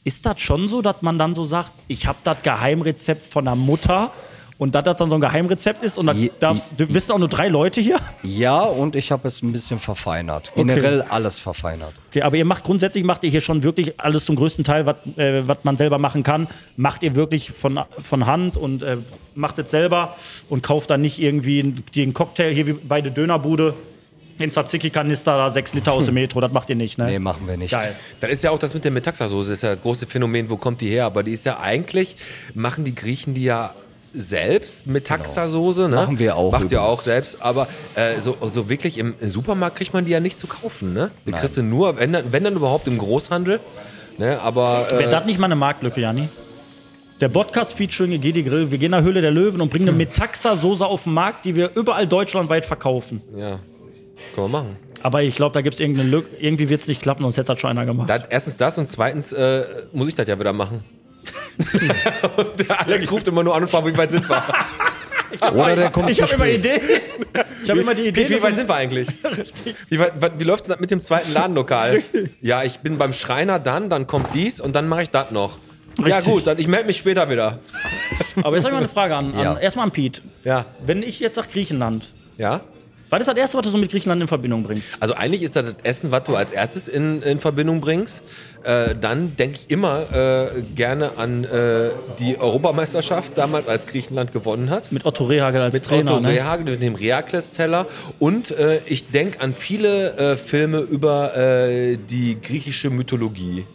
Ist das schon so, dass man dann so sagt, ich habe das Geheimrezept von der Mutter und dass das dann so ein Geheimrezept ist und dann
Je-
darfst, du wissen auch nur drei Leute hier?
ja und ich habe es ein bisschen verfeinert. Generell alles verfeinert.
Okay, aber ihr macht grundsätzlich macht ihr hier schon wirklich alles zum größten Teil, was äh, was man selber machen kann, macht ihr wirklich von, von Hand und äh, macht es selber und kauft dann nicht irgendwie einen- den Cocktail hier wie bei der Dönerbude, den Tzatziki-Kanister, da sechs Liter aus dem Metro, das macht ihr nicht, ne?
Nee, machen wir nicht.
Geil.
Dann ist ja auch das mit der Metaxa-Soße, ist ja das große Phänomen, wo kommt die her? Aber die ist ja eigentlich, machen die Griechen die ja selbst Metaxa-Soße, ne?
Genau. Machen wir auch
Macht ihr
übrigens.
auch selbst, aber äh, so, so wirklich im Supermarkt kriegt man die ja nicht zu kaufen, ne? Die kriegst du nur, wenn, dann- wenn dann überhaupt im Großhandel, ne? Aber äh,
Wäre das nicht mal eine Marktlücke, Janni? Der Podcast featuring Egedi Grill, wir gehen nach Höhle der Löwen und bringen eine Metaxa-Soße auf den Markt, die wir überall deutschlandweit verkaufen.
ja, können wir machen.
Aber ich glaube, da gibt es irgendeine Lücke, irgendwie wird es nicht klappen, sonst hätte das schon einer gemacht.
Das, erstens das und zweitens äh, muss ich das ja wieder machen. und der Alex ruft immer nur an und fragt, wie weit sind wir?
Oder der kommt
ich
zu
habe immer
spät.
Ideen. Ich habe immer die Idee.
Wie, wie weit sind wir
[LAUGHS]
eigentlich? Wie, weit- wa- wie läuft das mit dem zweiten Ladenlokal? Ja, ich bin beim Schreiner dann, dann kommt dies und dann mache ich das noch. Ja
Richtig.
gut, dann ich melde mich später wieder.
Aber jetzt habe ich mal eine Frage an,
Ja.
an erstmal an Pete.
Ja,
Wenn ich jetzt sag Griechenland,
ja.
was ist das erste, was du so mit Griechenland in Verbindung bringst?
Also eigentlich ist das das Essen, was du als erstes in, in Verbindung bringst. Äh, dann denke ich immer äh, gerne an äh, die Europameisterschaft damals, als Griechenland gewonnen hat.
Mit Otto Rehagel als
Mit
Trainer,
Otto
ne?
Rehagel, mit dem Reakles-Teller. Und äh, ich denke an viele äh, Filme über äh, die griechische Mythologie.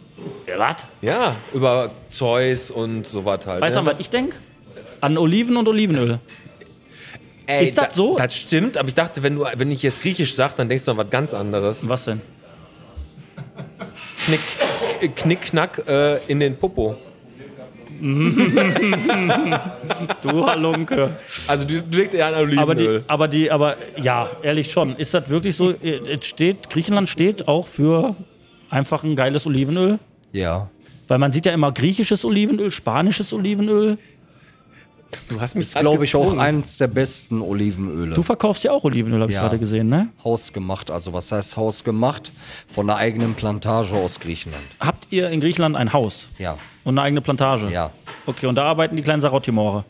Ja, was?
Ja, über Zeus und so was halt.
Weißt du, an
ne?
was ich denk? An Oliven und Olivenöl.
Ey,
ist das
da-
so?
Das stimmt, aber ich dachte, wenn, du, wenn ich jetzt Griechisch sage, dann denkst du an was ganz anderes.
Was denn?
Knick, äh, knick knack äh, in den Popo.
Du Halunke.
Also du, du denkst eher an Olivenöl.
aber die, aber die, aber ja, ehrlich schon. Ist das wirklich so? Es steht, Griechenland steht auch für einfach ein geiles Olivenöl.
Ja.
Weil man sieht ja immer griechisches Olivenöl, spanisches Olivenöl.
du hast mich
Ist, glaube ich, auch
gezwungen.
eins der besten Olivenöle.
Du verkaufst ja auch Olivenöl, habe ich
Ja.
gerade gesehen, ne?
Hausgemacht, also was heißt hausgemacht? Von der eigenen Plantage aus Griechenland.
Habt ihr in Griechenland ein Haus?
Ja.
Und eine eigene Plantage?
Ja.
Okay, und da arbeiten die kleinen Sarotimore.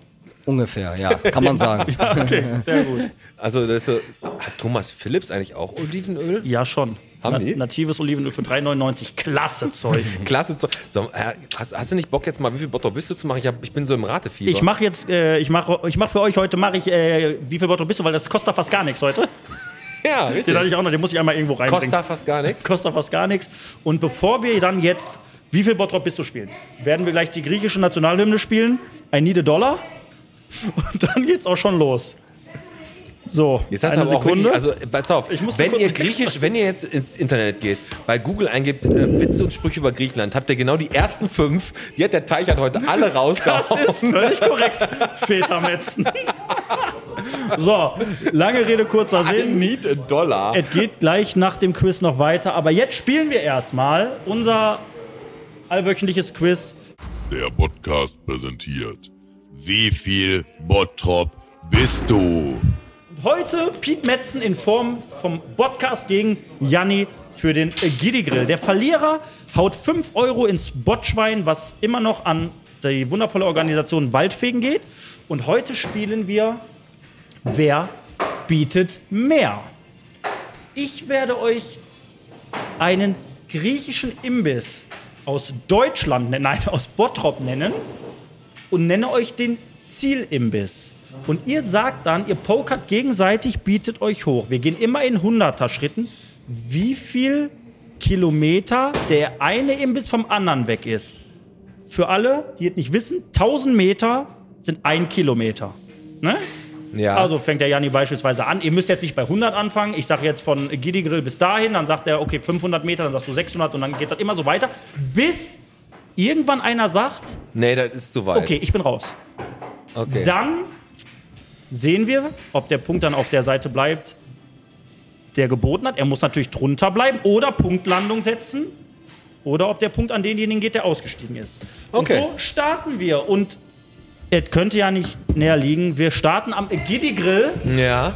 Ungefähr, ja.
[LAUGHS]
Kann man sagen.
Also das ist, so- hat Thomas Phillips eigentlich auch Olivenöl?
Ja, schon.
Haben die?
Natives Olivenöl für 3,99. Klasse
[LAUGHS]
Zeug.
Klasse. Zeug. So, äh, hast, hast du nicht Bock jetzt mal, wie viel Bottrop bist du zu machen? Ich, hab, ich bin so im Ratefieber.
ich mache jetzt, äh, ich mache ich mach für euch heute, mache ich, äh, wie viel Bottrop bist du? Weil das kostet fast gar nichts heute.
ja, Ja, richtig.
Den hatte ich auch noch, den muss ich einmal irgendwo reinbringen.
Costa fast gar nichts.
Kostet fast gar nichts. Und bevor wir dann jetzt, wie viel Bottrop bist du spielen? Werden wir gleich die griechische Nationalhymne spielen? I need a dollar. [LAUGHS] Und dann geht's auch schon los. So,
Jetzt hast du aber auch wirklich, also äh, pass auf,
Ich muss
wenn
kurz-
ihr griechisch, wenn ihr jetzt ins Internet geht, bei Google eingebt äh, Witze und Sprüche über Griechenland, habt ihr genau die ersten fünf, die hat der Teichert heute alle
das
rausgehauen.
ist völlig korrekt, Vätermetzen. [LAUGHS] so, lange Rede, kurzer
I
Sinn.
need a dollar.
Es geht gleich nach dem Quiz noch weiter, aber jetzt spielen wir erstmal unser allwöchentliches Quiz.
Der Podcast präsentiert. Wie viel Bottrop bist du?
Heute Piet Metzen in Form vom Podcast gegen Janni für den Gidi-Grill. Der Verlierer haut 5 Euro ins Botschwein, was immer noch an die wundervolle Organisation Waldfegen geht. Und heute spielen wir Wer bietet mehr? Ich werde euch einen griechischen Imbiss aus Deutschland, nennen- nein, aus Bottrop nennen und nenne euch den Zielimbiss. Und ihr sagt dann, ihr pokert gegenseitig, bietet euch hoch. Wir gehen immer in 100er Schritten, wie viel Kilometer der eine Imbiss vom anderen weg ist. Für alle, die es nicht wissen, 1000 Meter sind ein Kilometer. Ne?
Ja.
Also fängt der Janni beispielsweise an. Ihr müsst jetzt nicht bei 100 anfangen. Ich sage jetzt von Gidi Grill bis dahin, dann sagt er, okay, 500 Meter, dann sagst du 600 und dann geht das immer so weiter, bis irgendwann einer sagt,
nee, das ist zu weit.
okay, ich bin raus.
okay.
Dann sehen wir, ob der Punkt dann auf der Seite bleibt, der geboten hat. Er muss natürlich drunter bleiben oder Punktlandung setzen. Oder ob der Punkt an denjenigen geht, der ausgestiegen ist.
Okay.
Und so starten wir. Und es könnte ja nicht näher liegen. Wir starten am Giddy Grill
ja.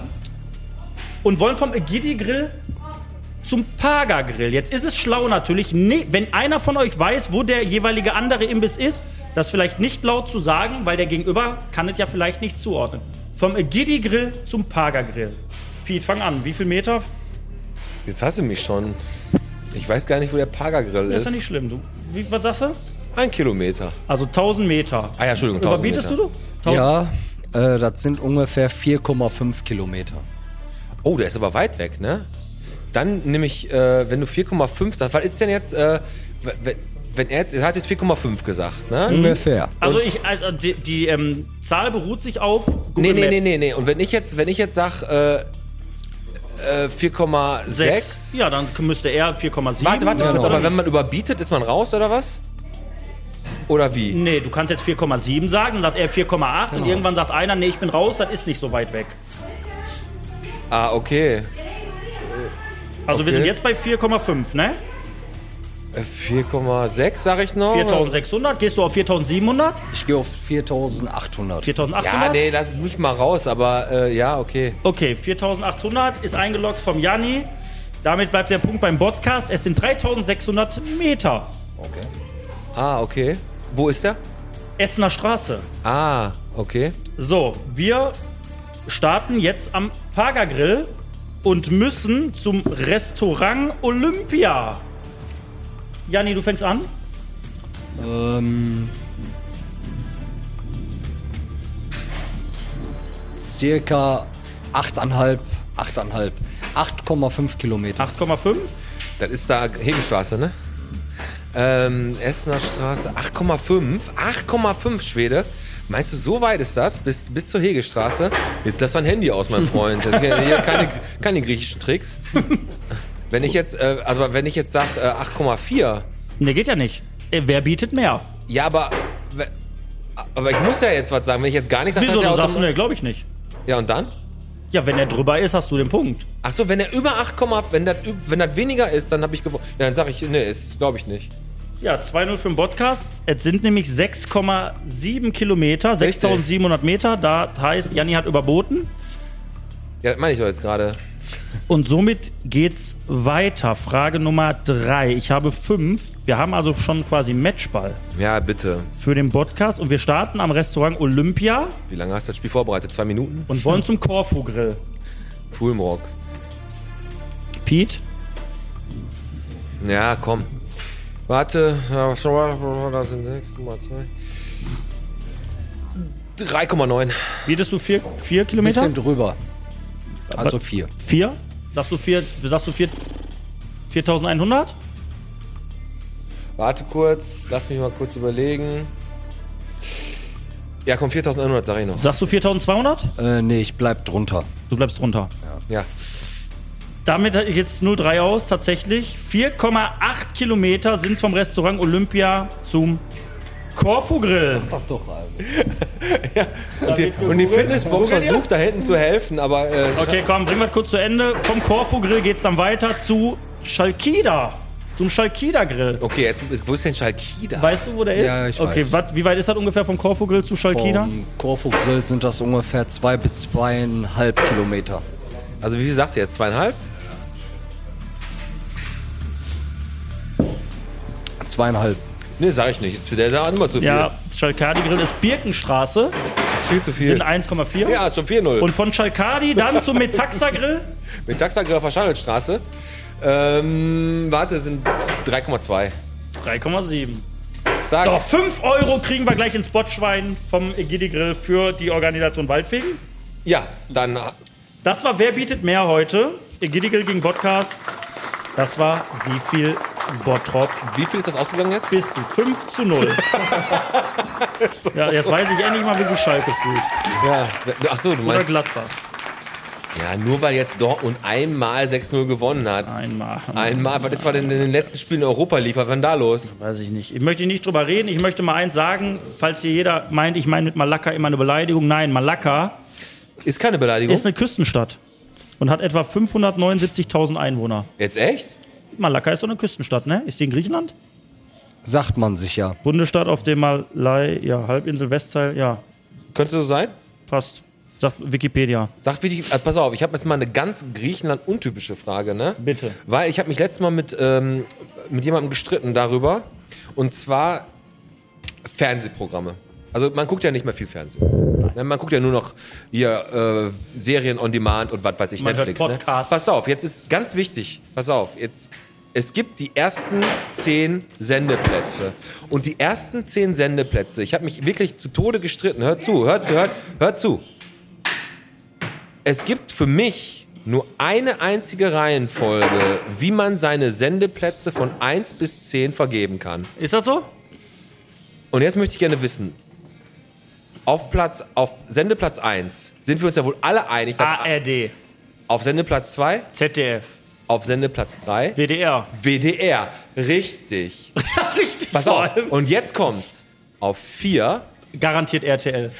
und wollen vom Giddy Grill zum Paga Grill. Jetzt ist es schlau natürlich, ne, wenn einer von euch weiß, wo der jeweilige andere Imbiss ist, das vielleicht nicht laut zu sagen, weil der Gegenüber kann es ja vielleicht nicht zuordnen. Vom Giddy Grill zum Paga Grill. Piet, fang an. Wie viel Meter?
Jetzt hast du mich schon. Ich weiß gar nicht, wo der Paga-Grill ist.
Das ist ja nicht schlimm. Du, wie, was sagst du?
Ein Kilometer.
Also 1000 Meter.
Ah ja, Entschuldigung, 1000
Überbietest
Meter.
du? Tausend-
Ja, äh, das sind ungefähr 4,5
Hm.
Kilometer.
Oh, der ist aber weit weg, ne? Dann nehme ich, äh, wenn du 4,5 sagst, was ist denn jetzt, äh, wenn, wenn er jetzt, er hat jetzt 4,5 gesagt, ne?
Ungefähr.
Also, ich, also die, die ähm, Zahl beruht sich auf Google
Nee, nee,
Maps.
nee, nee, nee. Und wenn ich jetzt, wenn ich jetzt sag, äh, äh, 4,6.
Ja, dann müsste er 4,7.
Warte, warte, kurz,
oder
aber wenn man überbietet, ist man raus oder was? Oder wie?
Nee, du kannst jetzt 4,7 sagen, dann sagt er 4,8
Genau.
und irgendwann sagt einer, nee, ich bin raus, das ist nicht so weit weg.
Ah, okay.
Also wir
Okay.
sind jetzt bei 4,5, ne?
Äh, 4,6 sag ich noch.
4600, gehst du auf 4700?
Ich gehe auf 4800.
4800?
Ja, nee, lass mich mal raus, aber äh, ja, okay.
Okay, 4800 ist eingeloggt vom Janni. Damit bleibt der Punkt beim Podcast. Es sind 3600 Meter.
Okay.
Ah, okay. Wo ist der?
Essener Straße.
Ah, okay.
So, wir starten jetzt am Pagergrill und müssen zum Restaurant Olympia. Janni, du fängst an?
Ähm, circa 8,5, 8,5, 8,5 Kilometer.
8,5?
Das ist da Hegenstraße, ne? Ähm, Essener Straße, 8,5. 8,5 Schwede. Meinst du, so weit ist das? Bis, bis zur Hegestraße? Jetzt lass dein Handy aus, mein Freund. Jetzt, hier keine, keine griechischen Tricks. Wenn ich jetzt, äh, aber wenn ich jetzt sag äh, 8,4,
Ne, geht ja nicht. Äh, Wer bietet mehr?
ja, aber, we- aber ich muss ja jetzt was sagen. Wenn ich jetzt gar nichts sag,
Wieso
dann
du
hat der
sagst,
automatisch-
ne, glaube ich nicht.
Ja, und dann?
Ja, wenn er drüber ist, hast du den Punkt.
Ach so, wenn er über 8, wenn das, üb- wenn das weniger ist, dann habe ich gewonnen. Ja, dann sag ich, nee, ist, glaube ich nicht.
Ja, 2-0 für den Podcast. Es sind nämlich 6,7 Kilometer, 6700 Meter. Da heißt, Janni hat überboten.
Ja, das meine ich doch jetzt gerade.
Und somit geht's weiter. Frage Nummer 3. Ich habe 5. Wir haben also schon quasi Matchball
Ja, bitte.
für den Podcast. Und wir starten am Restaurant Olympia
Wie lange hast du das Spiel vorbereitet? Zwei Minuten?
und wollen zum Korfu-Grill.
Fulmrock.
Pete?
Ja, komm. Warte. Ja, schon mal, Das sind 6,2. 3,9.
Bietest du 4 vier, vier Kilometer?
bisschen drüber. Also 4.
4? Sagst du, vier, sagst du vier, 4100?
Warte kurz, lass mich mal kurz überlegen. Ja, komm, 4100 sag ich noch.
Sagst du 4200?
Äh, nee, ich bleib drunter.
Du bleibst drunter.
Ja.
Damit hatte ich jetzt 03 aus, tatsächlich. 4,8 Kilometer sind es vom Restaurant Olympia zum Corfu Grill.
Sag doch, Alter.
Und die, und die Fitnessbox versucht da hinten zu helfen, aber äh,
Okay, komm, bringen wir das kurz zu Ende. Vom Corfu Grill geht es dann weiter zu Schalkida. Zum Schalkida Grill.
okay, jetzt wo ist denn Schalkida?
Weißt du, wo der ist?
Ja, ich
okay,
weiß.
wat- wie weit ist das ungefähr vom Corfu Grill zu Schalkida?
Vom Corfu Grill sind das ungefähr zwei bis zweieinhalb Kilometer.
Also wie viel sagst du jetzt? Zweieinhalb?
Zweieinhalb.
Nee, sag ich nicht. Ist für der da immer zu viel.
Ja, Schalkadi Grill ist Birkenstraße,
Ist viel zu viel.
sind 1,4.
Ja, ist schon 4-0.
Und von Schalkadi dann zum Metaxa Grill.
Mit Taxagriff Schandelstraße. Ähm, warte, sind 3,2.
3,7.
Zack.
So, 5 Euro kriegen wir gleich ins Botschwein vom Egidi Grill für die Organisation Waldfegen.
Ja, dann
Das war Wer bietet mehr heute? Egidi Grill gegen Podcast. Das war wie viel Bottrop
wie viel ist das ausgegangen jetzt?
bist du? 5 zu 0. ja, jetzt weiß ich endlich mal, wie sich Schalke fühlt.
Ja. Ach so, du
Oder
meinst
Gladbach.
Ja, nur weil jetzt Dortmund einmal 6-0 gewonnen hat.
Einmal.
Einmal, was ist war denn in den letzten Spielen in Europa League? Was war denn da los?
Weiß ich nicht. Ich möchte nicht drüber reden. Ich möchte mal eins sagen, falls hier jeder meint, ich meine mit Malakka immer eine Beleidigung. Nein, Malakka
Ist keine Beleidigung.
ist eine Küstenstadt und hat etwa 579.000 Einwohner.
Jetzt echt?
Malakka ist so eine Küstenstadt, ne? Ist die in Griechenland?
Sagt man sich ja.
Bundesstaat auf dem Malai, ja, Halbinsel, Westteil, ja,
Könnte so sein?
passt. Sagt Wikipedia.
Sag wie die, ah, pass auf, ich habe jetzt mal eine ganz Griechenland untypische Frage, ne?
Bitte.
Weil ich habe mich letztes Mal mit, ähm, mit jemandem gestritten darüber. Und zwar Fernsehprogramme. Also man guckt ja nicht mehr viel Fernsehen. Ne, Man guckt ja nur noch hier äh, Serien on Demand und was weiß ich,
Man hört
Netflix.
Podcasts.
Ne? Pass auf, jetzt ist ganz wichtig, pass auf, jetzt. Es gibt die ersten zehn Sendeplätze. Und die ersten zehn Sendeplätze, ich habe mich wirklich zu Tode gestritten. Hört zu, hört, hört, hört zu. Es gibt für mich nur eine einzige Reihenfolge, wie man seine Sendeplätze von 1 bis 10 vergeben kann.
Ist das so?
Und jetzt möchte ich gerne wissen, auf Platz, auf Sendeplatz 1 sind wir uns ja wohl alle einig, dass
ARD,
auf Sendeplatz 2,
ZDF,
auf Sendeplatz 3,
WDR.
WDR. Richtig.
[LAUGHS] Richtig.
Pass
vor
auf.
allem.
Und jetzt kommt's. Auf 4
Garantiert RTL.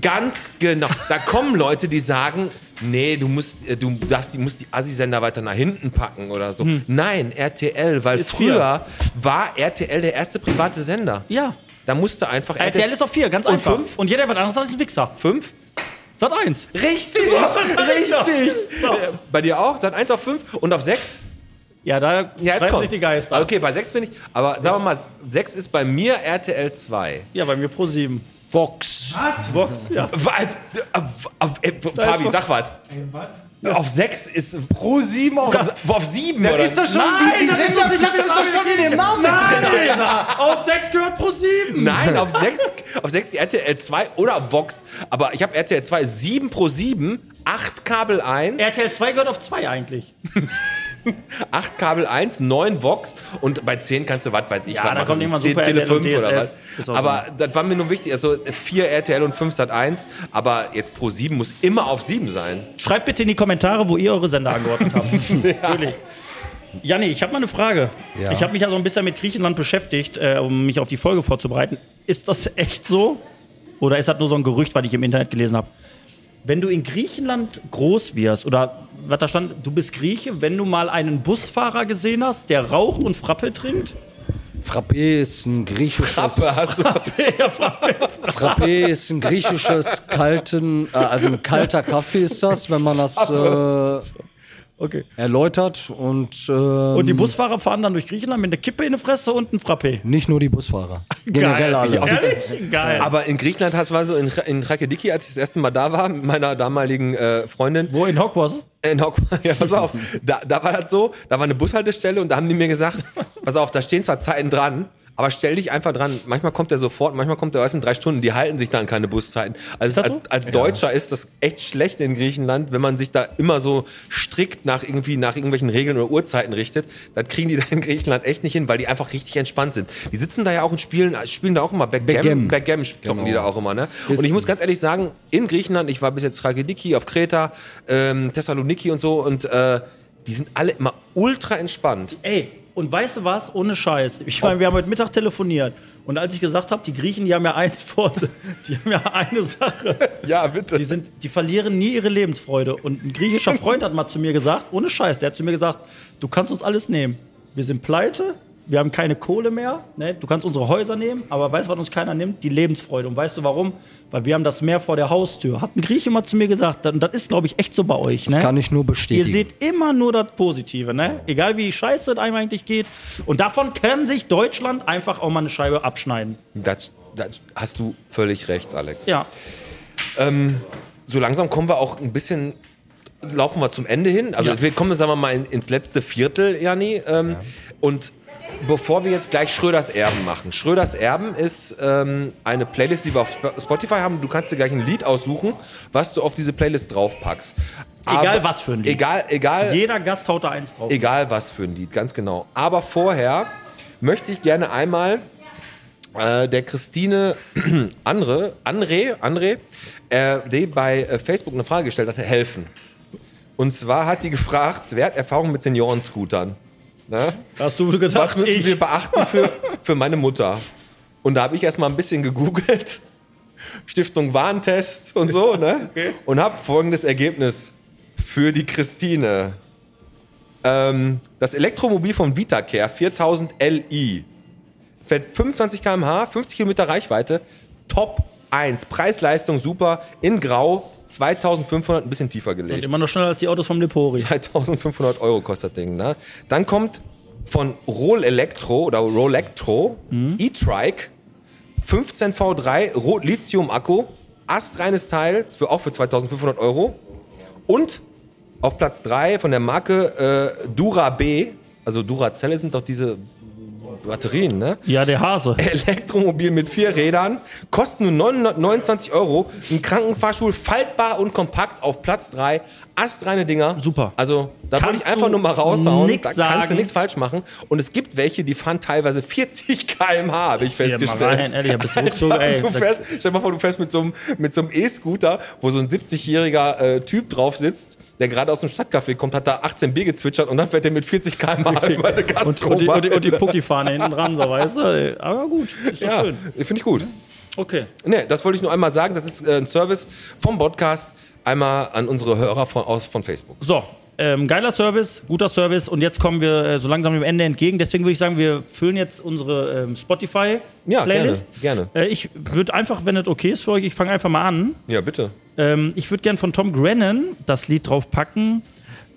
Ganz genau. Da kommen Leute, die sagen, nee, du musst, äh, du darfst, die musst die Assi-Sender weiter nach hinten packen oder so. Nein, RTL, weil
Hm. Ist
früher war RTL der erste private Sender.
Ja.
Da musste einfach
RTL ist auf vier, ganz
Und
einfach.
fünf?
Und jeder, was anderes sagt, ist ein Wichser.
5?
Sat eins.
Richtig! [LAUGHS] richtig! Äh, Bei dir auch? Seit 1 auf 5 und auf 6?
Ja, da
Ja, jetzt
schreiben
kommt's. Also,
sich die Geister.
Okay, bei 6 bin ich. Aber sagen wir mal, 6 ist bei mir RTL 2.
Ja, bei mir pro sieben.
Vox.
Box, ja.
Was? Auf, auf, äh, Fabi,
was.
sag was. Auf 6 ist. Pro 7 auf. Auf 7
Da
oder?
ist doch schon die, die Senderplatte ist doch schon in dem Namen drin.
Auf sechs gehört pro
[LAUGHS]
sieben.
Nein, auf 6, auf 6 RTL 2 oder auf Vox. Aber ich habe RTL 2 7 pro 7, 8 Kabel 1,
RTL 2 gehört auf zwei eigentlich.
8 Kabel 1, 9 Vox und bei 10 kannst du was weiß ich
Ja,
was
da
machen.
kommt irgendwann
10
Super
Tele
RTL und
5 oder
DSF.
was.
Ist auch so.
Aber das war mir nur wichtig, also 4 RTL und 5 Sat 1, aber jetzt pro 7 muss immer auf 7 sein.
Schreibt bitte in die Kommentare, wo ihr eure Sender angeordnet habt. Natürlich. Janni, ich habe mal eine Frage.
Ja.
Ich habe mich ja so ein bisschen mit Griechenland beschäftigt, äh, um mich auf die Folge vorzubereiten. Ist das echt so? Oder ist das nur so ein Gerücht, was ich im Internet gelesen habe? Wenn du in Griechenland groß wirst, oder was da stand, du bist Grieche, wenn du mal einen Busfahrer gesehen hast, der raucht und Frappe trinkt?
Frappé ist ein griechisches.
Pappe, [LAUGHS] hast du
ja, Frappe.
Frappé ist ein griechisches kalten, äh, also ein kalter Kaffee ist das, wenn man das äh,
Okay.
erläutert und, ähm,
Und die Busfahrer fahren dann durch Griechenland mit einer Kippe in der Fresse und einem Frappe.
nicht nur
[LAUGHS]
die Busfahrer, generell alle.
Ehrlich? Geil.
Aber in Griechenland hast war so in, in Thrakidiki, als ich das erste Mal da war, mit meiner damaligen äh, Freundin.
Wo in Hogwarts?
In Hockmann, Äh, [LAUGHS] ja, pass auf. Da, da war das so, da war eine Bushaltestelle und da haben die mir gesagt, pass auf, da stehen zwar Zeiten dran, Aber stell dich einfach dran. Manchmal kommt der sofort, manchmal kommt der erst in drei Stunden. Die halten sich dann keine Buszeiten. Also
das
als, als Deutscher ist das echt schlecht in Griechenland, wenn man sich da immer so strikt nach irgendwie nach irgendwelchen Regeln oder Uhrzeiten richtet. Dann kriegen die da in Griechenland echt nicht hin, weil die einfach richtig entspannt sind. Die sitzen da ja auch und spielen, spielen da auch immer Backgammon.
Backgammon.
Backgammon zocken die da auch immer. Ne? Und ich
Wissen.
muss ganz ehrlich sagen, in Griechenland, ich war bis jetzt Thrakidiki, auf Kreta, ähm, Thessaloniki und so und äh, die sind alle immer ultra entspannt.
Ey, und weißt du was? Ohne Scheiß. Ich meine, wir haben heute Mittag telefoniert. Und als ich gesagt habe, die Griechen, die haben ja eins vor, [LAUGHS] die haben ja eine Sache.
Ja, bitte.
Die, sind, die verlieren nie ihre Lebensfreude. Und ein griechischer Freund hat mal zu mir gesagt, ohne Scheiß, der hat zu mir gesagt, du kannst uns alles nehmen. Wir sind pleite, wir haben keine Kohle mehr, ne? du kannst unsere Häuser nehmen, aber weißt du, was uns keiner nimmt? Die Lebensfreude. Und weißt du warum? Weil wir haben das Meer vor der Haustür. Hat ein Grieche mal zu mir gesagt. Und das ist, glaube ich, echt so bei euch.
Das
ne?
kann ich nur
Ihr
bestätigen.
seht immer nur das Positive, ne? Egal wie scheiße es einem eigentlich geht. Und davon kann sich Deutschland einfach auch mal eine Scheibe abschneiden.
Das, das hast du völlig recht, Alex.
Ja.
So langsam kommen wir auch ein bisschen, laufen wir zum Ende hin. Also
Ja.
wir kommen, sagen wir mal, in, ins letzte Viertel, Jani. Ähm, Und bevor wir jetzt gleich Schröders Erben machen. Schröders Erben ist ähm, eine Playlist, die wir auf Sp- Spotify haben. Du kannst dir gleich ein Lied aussuchen, was du auf diese Playlist draufpackst.
Egal was für ein Lied.
Egal, egal.
Jeder Gast haut da eins drauf.
Egal was für ein Lied, ganz genau. Aber vorher möchte ich gerne einmal äh, der Christine [CLEARS THROAT] Andre, André, André äh, die bei äh, Facebook eine Frage gestellt hatte, helfen. Und zwar hat die gefragt, wer hat Erfahrung mit Seniorenscootern? Ne?
Hast du gedacht,
Was müssen
ich?
wir beachten für, für meine Mutter? Und da habe ich erstmal ein bisschen gegoogelt. Stiftung Warntest und so, ne? Und habe folgendes Ergebnis für die Christine. Ähm, das Elektromobil von VitaCare 4000 Li fährt 25 km/h, 50 Kilometer Reichweite, Top 1. Preis-Leistung super, in Grau 2500, ein bisschen tiefer gelegt.
Und immer noch schneller als die Autos vom Lepori.
[LAUGHS] 2500 halt Euro kostet das Ding. Ne? Dann kommt von Roll Electro oder Rolectro E-Trike 15V3 Rot-Lithium-Akku, astreines Teil, für, auch für 2500 Euro. Und auf Platz 3 von der Marke äh, Dura B, also Duracell sind doch diese Batterien, ne?
Ja,
[LAUGHS]
der Hase.
Elektromobil mit vier Rädern, kosten nur 929 Euro, ein Krankenfahrstuhl, faltbar und kompakt auf Platz 3, astreine Dinger.
Super.
Also, da wollte
Kannst
ich einfach
du
nur mal raushauen,
nix
da kannst du
sagen.
nichts falsch machen. Und es gibt welche, die fahren teilweise 40 km/h, habe ich
Hier, mal rein,
festgestellt.
ehrlich, da
[LAUGHS]
bist du
Alter,
hochgezogen, ey.
du fährst, stell dir mal vor, du fährst mit so einem mit so einem E-Scooter, wo so ein 70-jähriger äh, Typ drauf sitzt, der gerade aus dem Stadtcafé kommt, hat da 18 B gezwitschert und dann fährt er mit 40
[LAUGHS]
km/h über eine
Und, und, die,
Gastro.
und, die, und die Pucki-Fahne hinten dran, so weißt du. ey. Aber gut, ist doch
Ja,
schön.
finde ich gut.
Okay.
Nee, das wollte ich nur einmal sagen. Das ist äh, ein Service vom Podcast. Einmal an unsere Hörer von, aus, von Facebook.
So, ähm, geiler Service, guter Service. Und jetzt kommen wir äh, so langsam dem Ende entgegen. Deswegen würde ich sagen, wir füllen jetzt unsere ähm,
Ja,
Spotify-Playlist.
gerne,
Äh, ich würde einfach, wenn das okay ist für euch, ich fange einfach mal an.
Ja, bitte.
Ähm, ich würde gern von Tom Grennan das Lied draufpacken.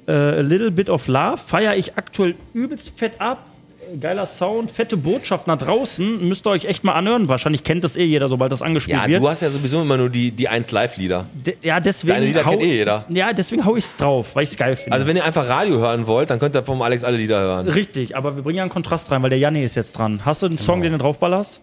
Äh, A Little Bit of Love feiere ich aktuell übelst fett ab. Äh, Geiler Sound, fette Botschaft nach draußen. Müsst ihr euch echt mal anhören. Wahrscheinlich kennt das eh jeder, sobald das angespielt
Ja,
wird.
du hast ja sowieso immer nur die, die 1 Live-Lieder.
De ja, deswegen
Deine Lieder
hau-
kennt eh jeder.
Ja, deswegen hau ich's drauf, weil ich's geil finde.
Also, wenn ihr einfach Radio hören wollt, dann könnt ihr vom Alex alle Lieder hören.
Richtig, aber wir bringen ja einen Kontrast rein, weil der Janni ist jetzt dran. Hast du einen Song,
Genau.
den du draufballerst?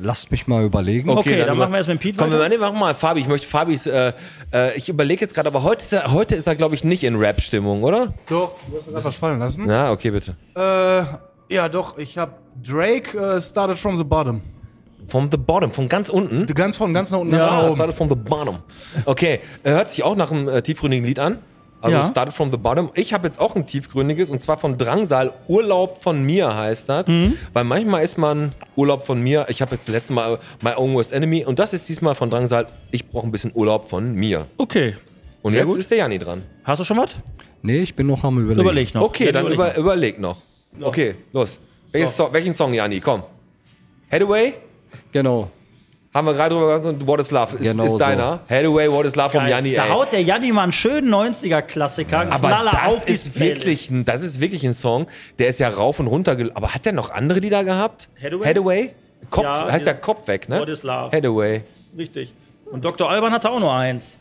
Lasst mich mal überlegen.
Okay, dann
über-
machen wir erst mit Pete
Komm, wir
weiter.
machen, nee, machen wir mal Fabi. Ich möchte Fabis. Äh, äh, ich überlege jetzt gerade, aber heute ist er, heute ist er glaube ich, nicht in Rap-Stimmung, oder?
Doch, du hast mir gerade was fallen lassen.
Na, okay, bitte.
Äh, ja, doch, ich habe Drake äh, Started from the Bottom.
From the bottom, von ganz unten.
Ganz von ganz nach unten, ganz
Ah,
nach oben.
started from the bottom. Okay, äh, hört sich auch nach einem äh, tiefgründigen Lied an. Also
Ja.
started from the bottom. Ich habe jetzt auch ein tiefgründiges und zwar von Drangsal. Urlaub von mir heißt das.
Mhm.
Weil manchmal ist man Urlaub von mir. Ich habe jetzt letztes Mal My Own Worst Enemy und das ist diesmal von Drangsal. Ich brauche ein bisschen Urlaub von mir.
Okay.
Und jetzt
gut.
ist der Jani dran.
Hast du schon was?
Nee, ich bin noch am Überlegen.
Überleg noch.
Okay, dann über,
überleg
überleg noch. Okay, los. Welches so. Welchen Song, Jani? Komm. Headaway?
Genau.
Haben wir gerade drüber gesprochen. What is Love? Ist,
Genau
ist
so.
deiner. Headaway, What is Love vom
Geil.
Jani, ey.
Da haut der Janni mal einen schönen 90er-Klassiker.
Aber
Knaller
das
die
ist,
Playlist.
wirklich ein, das ist wirklich ein Song, der ist ja rauf und runter. gel- Aber hat der noch andere Lieder gehabt?
Hathaway?
Kopf,
Ja,
heißt ja
die-
Kopf weg, ne?
What is Love.
Hathaway.
Richtig. Und Dr. Alban hatte auch nur eins.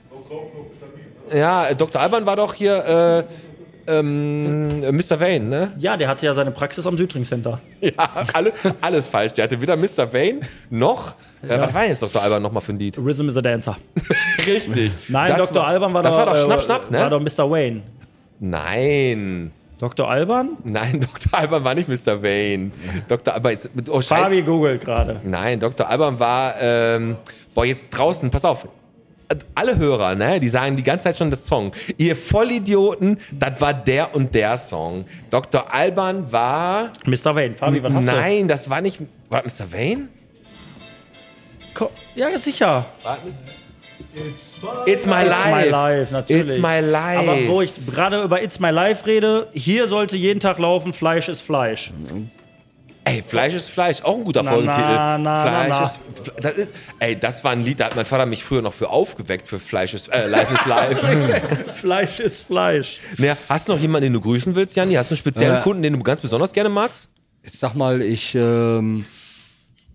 Ja, äh, Dr. Alban war doch hier, äh, ähm, Mr. Vane, ne? [LAUGHS]
Ja, der hatte ja seine Praxis am Südring Center.
Ja, alle, alles falsch. Der hatte weder Mr. Vane noch. Äh, Was war denn jetzt Dr. Alban nochmal für ein
[LAUGHS]
Lied?
Rhythm is a Dancer.
Richtig.
Nein,
Das
Dr. Alban war
Das
doch.
war doch
äh,
Schnapp, Schnapp, ne?
War doch Mr. Wayne.
Nein.
Dr. Alban?
Nein, [LAUGHS] Dr. Alban war nicht Mr. Vane. Dr. Alban jetzt. Oh, Scheiße.
Fabi googelt gerade.
Nein, Dr. Alban war, ähm, boah, jetzt draußen, pass auf. Alle Hörer, ne, die sagen die ganze Zeit schon das Song. Ihr Vollidioten, das war der und der Song. Dr. Alban war.
Mr. Wayne. Fabi, was hast
Nein, das war nicht. War das Mr. Wayne?
du? Ko- Ja, ja, sicher.
War das It's my, life.
It's my life, natürlich.
It's my life.
Aber wo ich gerade über It's my life rede, hier sollte jeden Tag laufen, Fleisch
[LAUGHS]
ist Fleisch.
Ey, Fleisch ist Fleisch, auch ein guter
Na,
Folgentitel.
na, na,
Fleisch
na, na.
ist. Fle- Das ist, ey, das war ein Lied, da hat mein Vater mich früher noch für aufgeweckt, für Fleisch ist. Äh, life is
[LAUGHS]
Life. [LAUGHS]
Fleisch ist Fleisch.
naja, hast du noch jemanden, den du grüßen willst, Janni? Hast du einen speziellen
Äh.
Kunden, den du ganz besonders gerne magst?
Ich sag mal, ich ähm,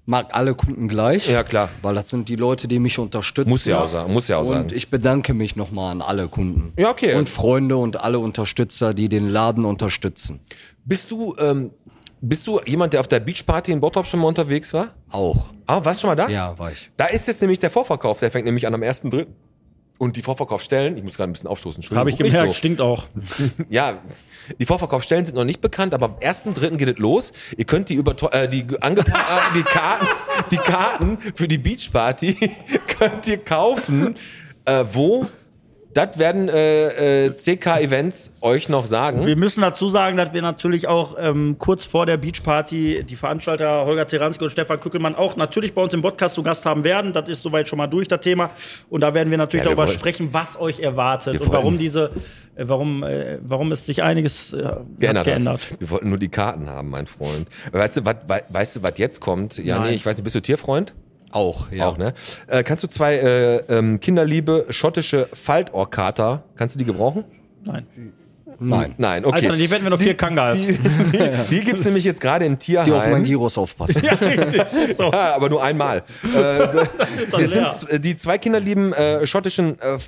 mag alle Kunden gleich.
Ja, klar.
Weil das sind die Leute, die mich unterstützen.
Muss ja auch sein, muss ja auch
und
sein.
ich bedanke mich nochmal an alle Kunden.
Ja, okay.
Und Freunde und alle Unterstützer, die den Laden unterstützen.
Bist du, ähm, bist du jemand, der auf der Beachparty in Bottrop schon mal unterwegs war?
Auch.
Ah, warst du schon mal da?
Ja, war ich.
Da ist jetzt nämlich der Vorverkauf, der fängt nämlich an am 1.3. Und die Vorverkaufsstellen, ich muss gerade ein bisschen aufstoßen, Entschuldigung.
Habe ich
Nicht
gemerkt,
so.
stinkt auch.
Ja, die Vorverkaufsstellen sind noch nicht bekannt, aber am 1.3. geht es los. Ihr könnt die, über äh, die, angepa- äh, die, Karten, die Karten für die Beachparty [LAUGHS] könnt ihr kaufen. Äh, wo? Das werden äh, äh, CK-Events euch noch sagen.
Wir müssen dazu sagen, dass wir natürlich auch ähm, kurz vor der Beachparty die Veranstalter Holger Zeranski und Stefan Kückelmann auch natürlich bei uns im Podcast zu Gast haben werden. Das ist soweit schon mal durch, das Thema. Und da werden wir natürlich
Ja, wir
darüber
wollen-
sprechen, was euch erwartet
Wir
und warum
wollen-
diese, äh, warum, äh, warum es sich einiges äh, hat
Geändert, hat.
geändert.
Wir wollten nur die Karten haben, mein Freund. Weißt du, was wei- weißt du, was jetzt kommt? Ja,
Nein.
nee, ich weiß nicht, bist du Tierfreund?
Auch, ja.
Auch, ne? Äh, kannst du zwei äh, ähm, Kinderliebe schottische Faltorkater, kannst du die gebrauchen?
Nein. [LAUGHS]
Nein.
Nein, okay.
Alternativ hätten wir noch vier Kangas.
Die, die,
[LAUGHS]
die gibt's nämlich jetzt gerade im
Die auf mein
Tierheim.
Gyros aufpassen.
Ja, richtig.
[LAUGHS]
Ist doch,
Ja, aber nur
[LAUGHS]
einmal. äh, d-
doch
das
leer.
sind z- die zwei kinderlieben äh, schottischen äh,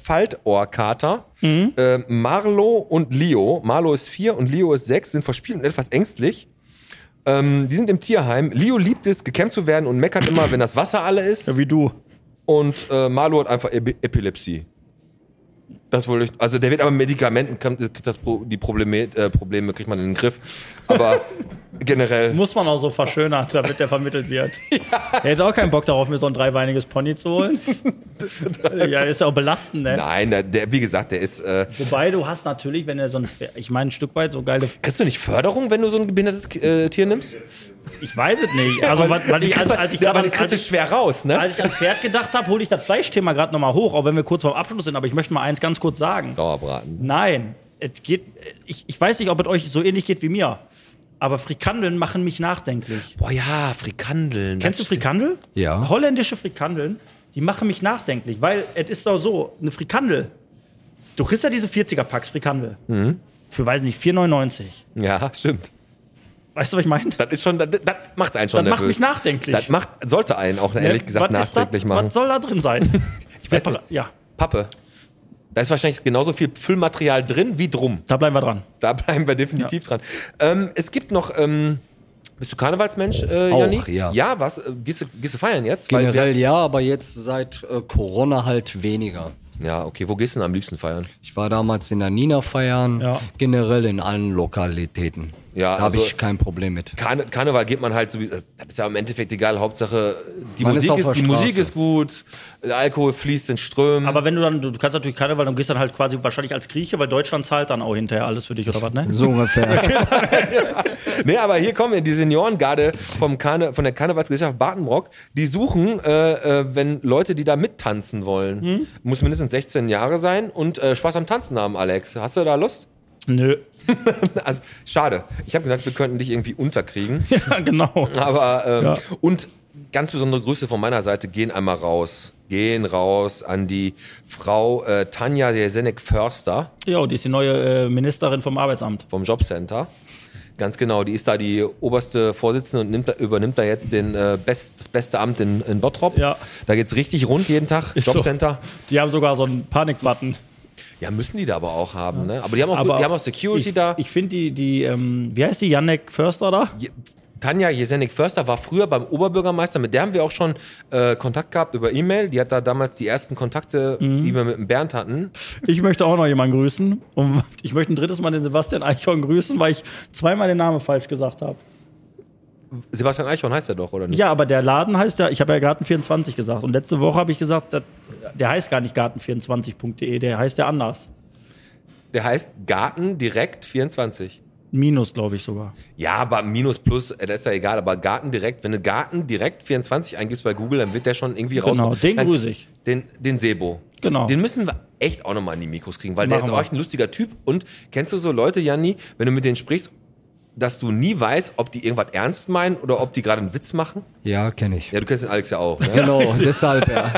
Faltohrkater.
Mhm.
Äh, Marlo und Leo. Marlo ist vier und Leo ist sechs, sind verspielt und etwas ängstlich. Ähm, die sind im Tierheim. Leo liebt es, gekämmt zu werden und meckert immer, wenn das Wasser alle ist.
wie du.
Und äh, Marlo hat einfach Epi- Epilepsie. Das wohl ich. Also der wird aber mit Medikamenten, kann- kriegt das Pro, die Probleme, äh, Probleme kriegt man in den Griff. Aber [LAUGHS] generell.
Muss man auch so verschönern, damit der
[LAUGHS]
vermittelt wird. Er hätte auch keinen Bock darauf, mir so ein dreibeiniges Pony
[LAUGHS]
zu holen. ja, ist ja auch belastend, ne?
Nein, der, der, wie gesagt, der ist. Äh,
Wobei du hast natürlich, wenn er so ein, ich meine, ein Stück weit so geile,
kriegst du nicht Förderung, wenn du so ein behindertes äh, Tier nimmst?
ich weiß es nicht. Also, weil, weil ich, als, als ich
aber
gerade
die
an,
kriegst
als
du
ich,
schwer raus, ne?
als ich an Pferd gedacht habe, hole ich das Fleischthema gerade nochmal hoch, auch wenn wir kurz vorm Abschluss sind. Aber ich möchte mal eins ganz kurz sagen.
Sauerbraten.
Nein, es geht, ich, ich weiß nicht, ob es euch so ähnlich geht wie mir. Aber Frikandeln machen mich nachdenklich.
Boah ja, Frikandeln.
Kennst du Frikandel?
Ja.
Holländische Frikandeln, die machen mich nachdenklich, weil es ist doch so, eine Frikandel. Du kriegst ja diese 40er-Packs Frikandel.
Mhm.
Für, weiß nicht, 4,99.
Ja, stimmt.
Weißt du, was ich meine?
Das ist schon, das, das macht einen schon
Das macht
nervös.
mich nachdenklich. Ne,
Das macht, sollte einen auch ehrlich gesagt
was ist
nachdenklich
das,
machen.
Was soll da
[LAUGHS]
drin sein?
Ich weiß nicht.
ja,
Pappe. Da ist wahrscheinlich genauso viel Füllmaterial drin wie drum.
da bleiben wir dran.
Da bleiben wir definitiv dran. Ähm, es gibt noch. Ähm, bist du Karnevalsmensch, äh,
Auch,
Janni?
ja.
Ja, was? Äh, Gehst du, gehst du feiern jetzt?
Generell ja, aber jetzt seit äh, Corona halt weniger.
wir, ja, okay. Wo gehst du denn am liebsten feiern?
Ich war damals in der Nina feiern,
Ja.
generell in allen Lokalitäten.
Ja,
da habe
also-
ich kein
[LAUGHS]
Problem mit.
Karne Karneval geht man halt so wie. Das ist ja im Endeffekt egal. Hauptsache, die,
Man ist
Musik
auf
ist,
der
die Musik
Straße.
ist gut. Der Alkohol fließt in Strömen.
Aber wenn du dann, du, du kannst natürlich Karneval und gehst dann halt quasi wahrscheinlich als Grieche, weil Deutschland zahlt dann auch hinterher alles für dich oder
[LAUGHS]
was, ne?
So ungefähr.
Nee, aber hier kommen die Seniorengarde vom Karne von der Karnevalsgesellschaft Bartenbrock. Die suchen, äh, äh, wenn Leute, die da mittanzen wollen, muss mindestens 16 Jahre sein und äh, Spaß am Tanzen haben, Alex. Hast du da Lust?
Nö. [LAUGHS]
Also, schade. Ich habe gedacht, wir könnten dich irgendwie unterkriegen.
[LAUGHS] Ja, genau.
Aber, ähm,
Ja.
und ganz besondere Grüße von meiner Seite gehen einmal raus. Gehen raus an die Frau äh, Tanja Jesenek-Förster
Jo, die ist die neue äh, Ministerin vom Arbeitsamt.
vom Jobcenter. Ganz genau, die ist da die oberste Vorsitzende und nimmt, da- übernimmt da jetzt den, äh, best, das beste Amt in, in Bottrop.
Ja.
Da geht's richtig rund jeden Tag,
so.
Jobcenter.
Die haben sogar so einen Panikbutton.
Ja, müssen die da aber auch haben, ne? Aber die haben auch,
Aber
gut, die haben auch Security
ich,
da.
Ich finde die, die ähm, wie heißt die, Janek Förster da?
Je- Tanja Jesenik Förster war früher beim Oberbürgermeister, mit der haben wir auch schon äh, Kontakt gehabt über E-Mail. Die hat da damals die ersten Kontakte, die wir mit dem Bernd hatten.
[LAUGHS] Ich möchte auch noch jemanden grüßen. Und ich möchte ein drittes Mal den Sebastian Eichhorn grüßen, weil ich zweimal den Namen falsch gesagt habe.
Sebastian Eichhorn heißt er doch, oder nicht?
Ja, aber der Laden heißt ja, ich habe ja Garten24 gesagt. Und letzte Woche habe ich gesagt, dass, der heißt gar nicht garten24.de, der heißt ja anders.
Der heißt Garten direkt 24.
Minus, glaube ich sogar.
Ja, aber minus plus, äh, das ist ja egal, aber Garten direkt, wenn du Garten direkt 24 eingibst bei Google, dann wird der schon irgendwie rauskommen.
Genau, den
Dann-
grüße ich.
Den, den Sebo.
Genau.
Den müssen wir echt auch nochmal in die Mikros kriegen, weil der
Machen
ist auch
wir.
echt ein lustiger Typ. Und kennst du so Leute, Janni, wenn du mit denen sprichst, dass du nie weißt, ob die irgendwas ernst meinen oder ob die gerade einen Witz machen?
Ja, kenne ich.
Ja, du kennst den Alex [LAUGHS] ja auch. Ne?
Genau, deshalb, ja.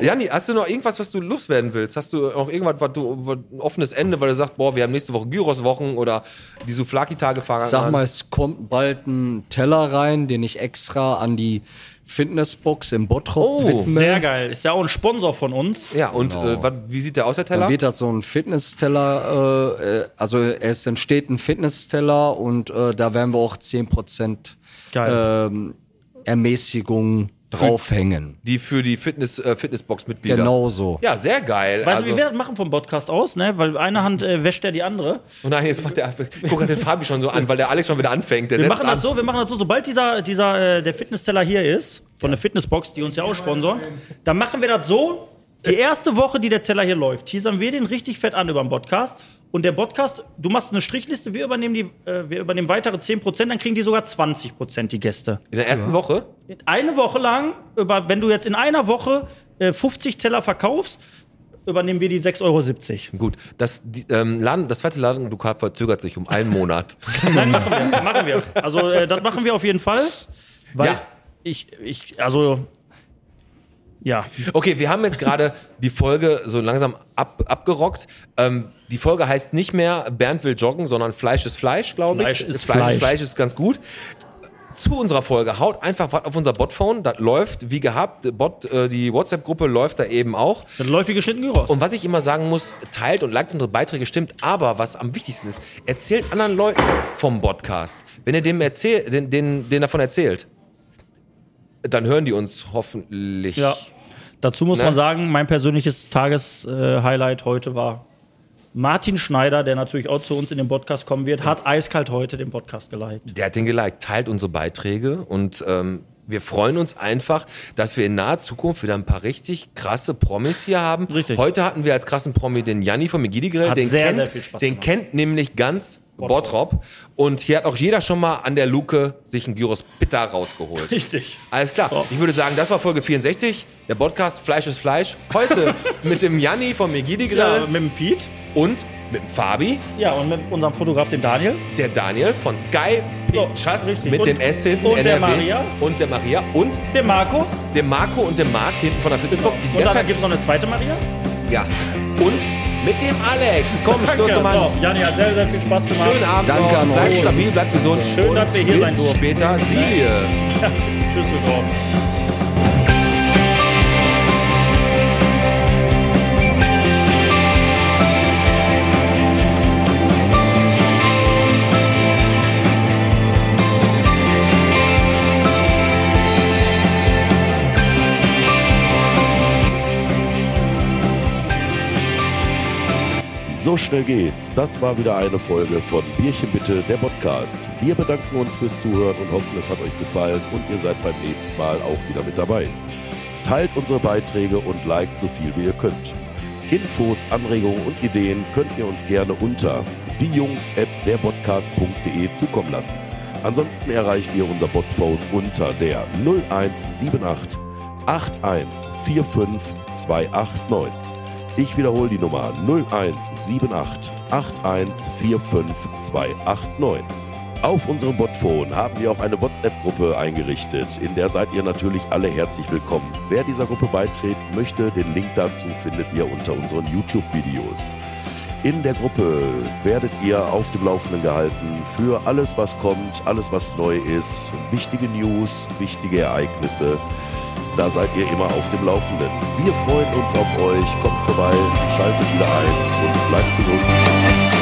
Janni, hast du noch irgendwas, was du loswerden willst? Hast du noch irgendwas, was du, was, ein offenes Ende, weil du sagst, boah, wir haben nächste Woche Gyros-Wochen oder die Souflaki-Tage fahren?
Sag mal, es kommt bald ein Teller rein, den ich extra an die Fitnessbox im Bottrop
Oh,
widme.
Sehr geil. Ist ja auch ein Sponsor von uns.
Ja, und äh, was, wie sieht der aus, der Teller?
Genau. Dann wird das so ein Fitnessteller, äh, äh, also es entsteht ein Fitnessteller und äh, da werden wir auch 10%
Geil.
ähm, Ermäßigung draufhängen.
Die für die Fitness, äh, Fitnessbox-Mitglieder.
Genau so.
Ja, sehr geil.
weißt du,
also,
wie wir das machen vom Podcast aus, ne? Weil eine Hand äh, wäscht ja die andere.
oh nein, jetzt macht der, guck mal den Fabi schon so an, weil der Alex schon wieder anfängt. Der
Wir
setzt
machen
an.
das so, wir machen das so, sobald dieser, dieser äh, der Fitnessteller hier ist, von der Fitnessbox, die uns ja auch sponsoren, dann machen wir das so. Die erste Woche, die der Teller hier läuft, teasern wir den richtig fett an über den Podcast. Und der Podcast, du machst eine Strichliste, wir übernehmen, die, äh, wir übernehmen weitere 10%, dann kriegen die sogar 20% die Gäste.
In der ersten Woche?
Eine Woche lang, über, wenn du jetzt in einer Woche äh, 50 Teller verkaufst, übernehmen wir die 6,70 Euro.
Gut. Das, die, ähm, Laden, das zweite Ladenlokal verzögert sich um einen Monat.
Nein, machen wir. Machen wir. Also, äh, das machen wir auf jeden Fall. Weil
Ja.
ich, ich, also, ja.
Okay, wir haben jetzt gerade die Folge so langsam ab, abgerockt. Ähm, die Folge heißt nicht mehr Bernd will joggen, sondern Fleisch ist Fleisch, glaube ich.
Fleisch ist
Fleisch.
Fleisch.
Fleisch ist ganz gut. Zu unserer Folge, haut einfach was auf unser Botphone, das läuft wie gehabt, Bot, äh, die WhatsApp-Gruppe läuft da eben auch.
Das läuft wie geschnitten Gyros.
Und was ich immer sagen muss, teilt und liked unsere Beiträge, stimmt. Aber was am wichtigsten ist, erzählt anderen Leuten vom Podcast. Wenn ihr dem erzählt, den, den, den davon erzählt, dann hören die uns hoffentlich.
ja. Dazu muss
Ne?
man sagen, mein persönliches Tageshighlight heute war Martin Schneider, der natürlich auch zu uns in den Podcast kommen wird, hat eiskalt heute den Podcast geliked.
Der hat den geliked, teilt unsere Beiträge und ähm, wir freuen uns einfach, dass wir in naher Zukunft wieder ein paar richtig krasse Promis hier haben.
Richtig.
Heute hatten wir als krassen Promi den Janni vom Megidi Grill.
Hat
den
sehr,
kennt,
sehr viel Spaß
Den
gemacht.
kennt nämlich ganz Bottrop. Und hier hat auch jeder schon mal an der Luke sich einen Gyros Pitta rausgeholt.
Richtig.
Alles klar. Ich würde sagen, das war Folge 64. Der Podcast Fleisch ist Fleisch.
[LAUGHS]
Heute mit dem Janni vom Megidi Grill
Ja, mit dem Pete.
und mit dem Fabi,
Ja, und mit unserem Fotograf, dem Daniel.
der Daniel von Sky
So,
Pictures
richtig.
mit
Und-
dem S hinten.
und der
NRW.
Maria.
Und der Maria. Und
Dem Marco.
dem Marco und dem Marc hinten von der Fitnessbox, die die
Und
ganze
dann
Zeit...
gibt es noch eine zweite Maria.
ja. Und mit dem Alex.
[LAUGHS]
Komm, stoße mal.
So, Jani hat sehr, sehr viel Spaß gemacht.
Schönen Abend
Danke
noch.
an
Bleibt
euch.
stabil, bleibt gesund.
Schön,
und
dass wir hier
bis
sein durften.
später. Silie.
Tschüss, wir brauchen.
So schnell geht's. Das war wieder eine Folge von Bierchen bitte, der Podcast. Wir bedanken uns fürs Zuhören und hoffen, es hat euch gefallen und ihr seid beim nächsten Mal auch wieder mit dabei. Teilt unsere Beiträge und liked so viel wie ihr könnt. Infos, Anregungen und Ideen könnt ihr uns gerne unter diejungs.derpodcast.de zukommen lassen. Ansonsten erreicht ihr unser Botphone unter der 0178 8145289. Ich wiederhole die Nummer 0178 8145289. Auf unserem Botphone haben wir auch eine WhatsApp-Gruppe eingerichtet, in der seid ihr natürlich alle herzlich willkommen. Wer dieser Gruppe beitreten möchte, den Link dazu findet ihr unter unseren YouTube-Videos. In der Gruppe werdet ihr auf dem Laufenden gehalten für alles, was kommt, alles, was neu ist, wichtige News, wichtige Ereignisse. Da seid ihr immer auf dem Laufenden. Wir freuen uns auf euch. Kommt vorbei, schaltet wieder ein und bleibt gesund.